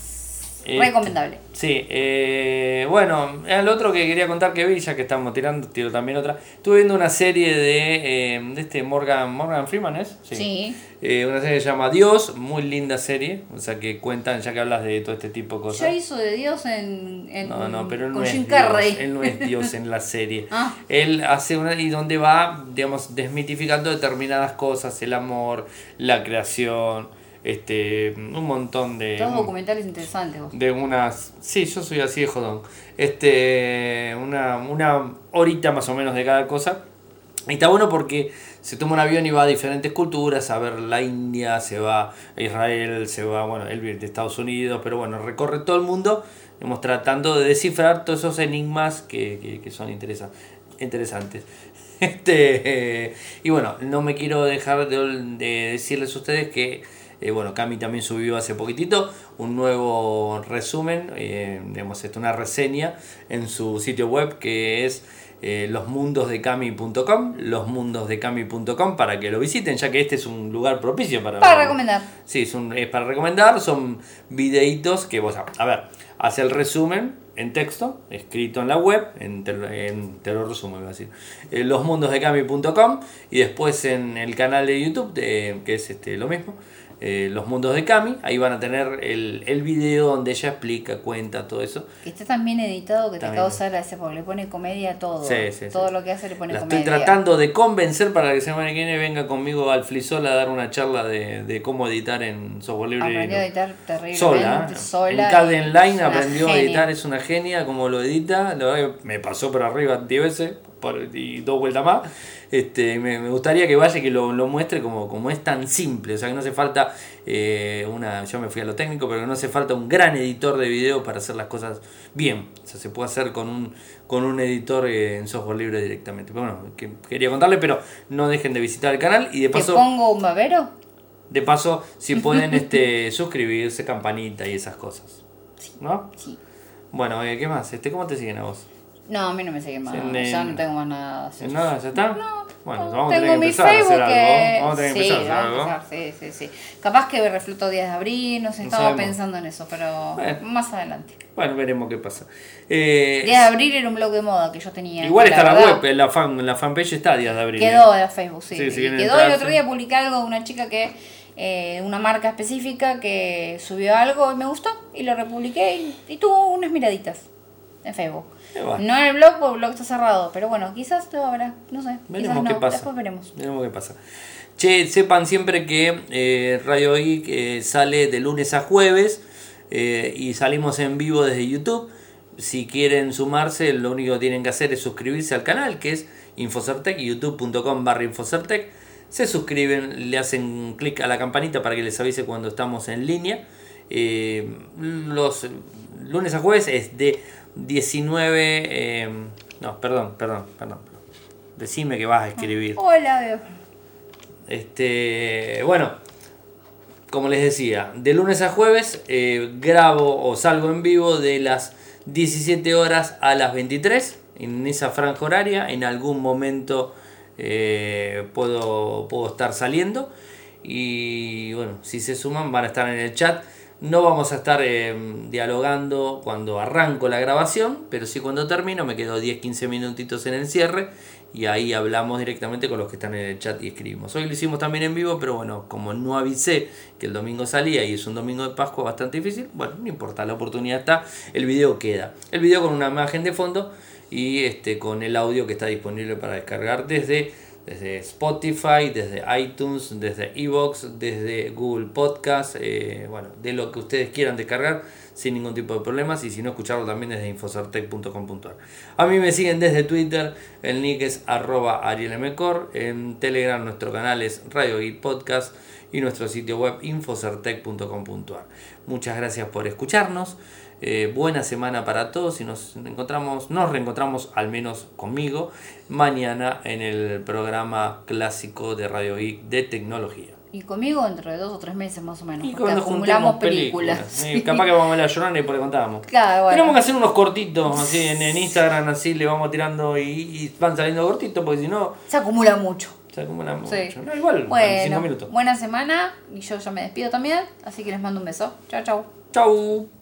[SPEAKER 1] Este,
[SPEAKER 2] Recomendable.
[SPEAKER 1] Sí, eh, bueno, el otro que quería contar que vi, ya que estamos tirando, tiro también otra. Estuve viendo una serie de, eh, de este Morgan, Morgan Freeman, ¿es?
[SPEAKER 2] Sí.
[SPEAKER 1] Eh, una serie que se llama Dios, muy linda serie, o sea que cuentan, ya que hablas de todo este tipo de
[SPEAKER 2] Ya
[SPEAKER 1] cosas.
[SPEAKER 2] hizo de Dios en, en-
[SPEAKER 1] No, no, pero él no,
[SPEAKER 2] con
[SPEAKER 1] es
[SPEAKER 2] Jim
[SPEAKER 1] Dios,
[SPEAKER 2] Carrey.
[SPEAKER 1] él no es Dios en la serie.
[SPEAKER 2] Ah.
[SPEAKER 1] Él hace una y donde va, digamos, desmitificando determinadas cosas, el amor, la creación, este, un montón de...
[SPEAKER 2] Todos documentales interesantes vos.
[SPEAKER 1] de unas. Sí, yo soy así de jodón. Este. Una, una horita más o menos de cada cosa. Y está bueno porque se toma un avión y va a diferentes culturas, a ver la India, se va a Israel, se va, bueno, él viene de Estados Unidos, pero bueno, recorre todo el mundo, digamos, tratando de descifrar todos esos enigmas que, que- que son interesa- interesantes. Este, eh, y bueno, no me quiero dejar de, ol- de decirles a ustedes que, eh, bueno, Cami también subió hace poquitito un nuevo resumen, eh, digamos, esto, una reseña en su sitio web que es eh, losmundosdecami.com, losmundosdecami.com, para que lo visiten, ya que este es un lugar propicio para...
[SPEAKER 2] Para recomendar.
[SPEAKER 1] Sí, es, un- es para recomendar, son videitos que vos, a ver, hace el resumen en texto, escrito en la web, en, te, lo- en- te lo resumo, iba a decir, eh, losmundosdecami.com y después en el canal de YouTube, de- que es este, lo mismo, eh, Los Mundos de Cami, ahí van a tener el, el video donde ella explica, cuenta todo eso.
[SPEAKER 2] Que está tan bien editado que te
[SPEAKER 1] También.
[SPEAKER 2] causa gracia porque le pone comedia a todo.
[SPEAKER 1] Sí, sí, sí.
[SPEAKER 2] todo lo que hace le pone
[SPEAKER 1] La
[SPEAKER 2] comedia.
[SPEAKER 1] estoy tratando de convencer para que la semana que viene venga conmigo al Flisol a dar una charla de, de cómo editar en software libre. y
[SPEAKER 2] Aprendió a
[SPEAKER 1] no-
[SPEAKER 2] editar terriblemente
[SPEAKER 1] sola.
[SPEAKER 2] sola.
[SPEAKER 1] ¿eh? en Caden
[SPEAKER 2] y es
[SPEAKER 1] Line
[SPEAKER 2] una
[SPEAKER 1] aprendió a
[SPEAKER 2] genia.
[SPEAKER 1] editar, este es una genia como lo edita. La verdad que me pasó por arriba 10 veces por- y dos vueltas más. Este, me, me gustaría que vaya y que lo, lo muestre como, como es tan simple. O sea, que no hace falta eh, una. Yo me fui a lo técnico, pero que no hace falta un gran editor de video para hacer las cosas bien. O sea, se puede hacer con un, con un editor eh, en software libre directamente. Pero bueno, que- quería contarle, pero no dejen de visitar el canal y de
[SPEAKER 2] ¿Te
[SPEAKER 1] paso.
[SPEAKER 2] pongo un babero?
[SPEAKER 1] De paso, si pueden este, suscribirse, campanita y esas cosas. ¿No?
[SPEAKER 2] Sí.
[SPEAKER 1] Bueno, eh, ¿qué más? Este, ¿Cómo te siguen a vos?
[SPEAKER 2] No, a mí no me siguen más.
[SPEAKER 1] En
[SPEAKER 2] ya
[SPEAKER 1] el-
[SPEAKER 2] no tengo más nada.
[SPEAKER 1] ¿En nada? ¿Ya está? No. Bueno, vamos a
[SPEAKER 2] tengo
[SPEAKER 1] tener que
[SPEAKER 2] mi
[SPEAKER 1] empezar a hacer
[SPEAKER 2] Facebook
[SPEAKER 1] algo.
[SPEAKER 2] que...
[SPEAKER 1] Vamos a tener que
[SPEAKER 2] sí,
[SPEAKER 1] empezar a hacer
[SPEAKER 2] vamos
[SPEAKER 1] algo.
[SPEAKER 2] a empezar, sí, sí, sí. Capaz que refloto días de abril, no sé,
[SPEAKER 1] No
[SPEAKER 2] estaba
[SPEAKER 1] sabemos.
[SPEAKER 2] pensando en eso, pero
[SPEAKER 1] Bueno.
[SPEAKER 2] más adelante.
[SPEAKER 1] Bueno, veremos qué pasa. Eh,
[SPEAKER 2] Días de abril era un blog de moda que yo tenía.
[SPEAKER 1] igual
[SPEAKER 2] que
[SPEAKER 1] está la,
[SPEAKER 2] verdad
[SPEAKER 1] web, en la, fan, en la fanpage está Días de Abril. eh.
[SPEAKER 2] Quedó de Facebook, sí.
[SPEAKER 1] Sí, si
[SPEAKER 2] Y
[SPEAKER 1] quieren
[SPEAKER 2] quedó
[SPEAKER 1] entrar,
[SPEAKER 2] el otro
[SPEAKER 1] sí.
[SPEAKER 2] día publiqué algo de una chica que, eh, una marca específica que subió algo y me gustó y lo republiqué y, y tuvo unas miraditas en Facebook.
[SPEAKER 1] Qué va.
[SPEAKER 2] No en el blog, porque el blog está cerrado, pero bueno, quizás lo habrá, no sé.
[SPEAKER 1] Veremos
[SPEAKER 2] quizás
[SPEAKER 1] qué
[SPEAKER 2] no,
[SPEAKER 1] pasa.
[SPEAKER 2] después veremos.
[SPEAKER 1] Veremos qué pasa. Che, sepan siempre que eh, Radio Geek eh, sale de lunes a jueves eh, y salimos en vivo desde YouTube. Si quieren sumarse, lo único que tienen que hacer es suscribirse al canal, que es Infocertec, youtube.com barra Infocertec. Se suscriben, le hacen clic a la campanita para que les avise cuando estamos en línea. eh, los lunes a jueves es de 19... eh, no, perdón, perdón, perdón. Decime que vas a escribir.
[SPEAKER 2] Hola, Bebo.
[SPEAKER 1] Este, bueno, como les decía, de lunes a jueves eh, grabo o salgo en vivo de las 17 horas a las 23 en esa franja horaria. En algún momento eh, puedo, puedo estar saliendo. Y bueno, si se suman, van a estar en el chat. No vamos a estar eh, dialogando cuando arranco la grabación, pero sí cuando termino, me quedo 10-15 minutitos en el cierre y ahí hablamos directamente con los que están en el chat y escribimos. Hoy lo hicimos también en vivo, pero bueno, como no avisé que el domingo salía y es un domingo de Pascua bastante difícil, bueno, no importa, la oportunidad está, el video queda. El video con una imagen de fondo y este con el audio que está disponible para descargar desde desde Spotify, desde iTunes, desde Evox, desde Google Podcast, eh, bueno, de lo que ustedes quieran descargar sin ningún tipo de problemas y si no escucharlo también desde infosartec.com.ar. A mí me siguen desde Twitter, el nick es arroba arielmcor, en Telegram nuestro canal es Radio y Podcast y nuestro sitio web infosartec.com.ar. Muchas gracias por escucharnos. Eh, buena semana para todos y nos encontramos, nos reencontramos al menos conmigo mañana en el programa clásico de Radio Geek de tecnología.
[SPEAKER 2] Y conmigo dentro de dos o tres meses más o menos.
[SPEAKER 1] Y
[SPEAKER 2] porque
[SPEAKER 1] cuando
[SPEAKER 2] acumulamos
[SPEAKER 1] juntemos
[SPEAKER 2] películas.
[SPEAKER 1] Sí, Capaz que vamos a ver la llorona y por le contábamos.
[SPEAKER 2] Claro, bueno.
[SPEAKER 1] Tenemos que hacer unos cortitos así en, en Instagram, así le vamos tirando y, y van saliendo cortitos porque si no
[SPEAKER 2] Se acumula mucho.
[SPEAKER 1] se acumulan mucho.
[SPEAKER 2] Sí.
[SPEAKER 1] No, igual, en cinco
[SPEAKER 2] Bueno,
[SPEAKER 1] minutos.
[SPEAKER 2] buena semana y yo ya me despido también, así que les mando un beso. Chao, chao.
[SPEAKER 1] Chau.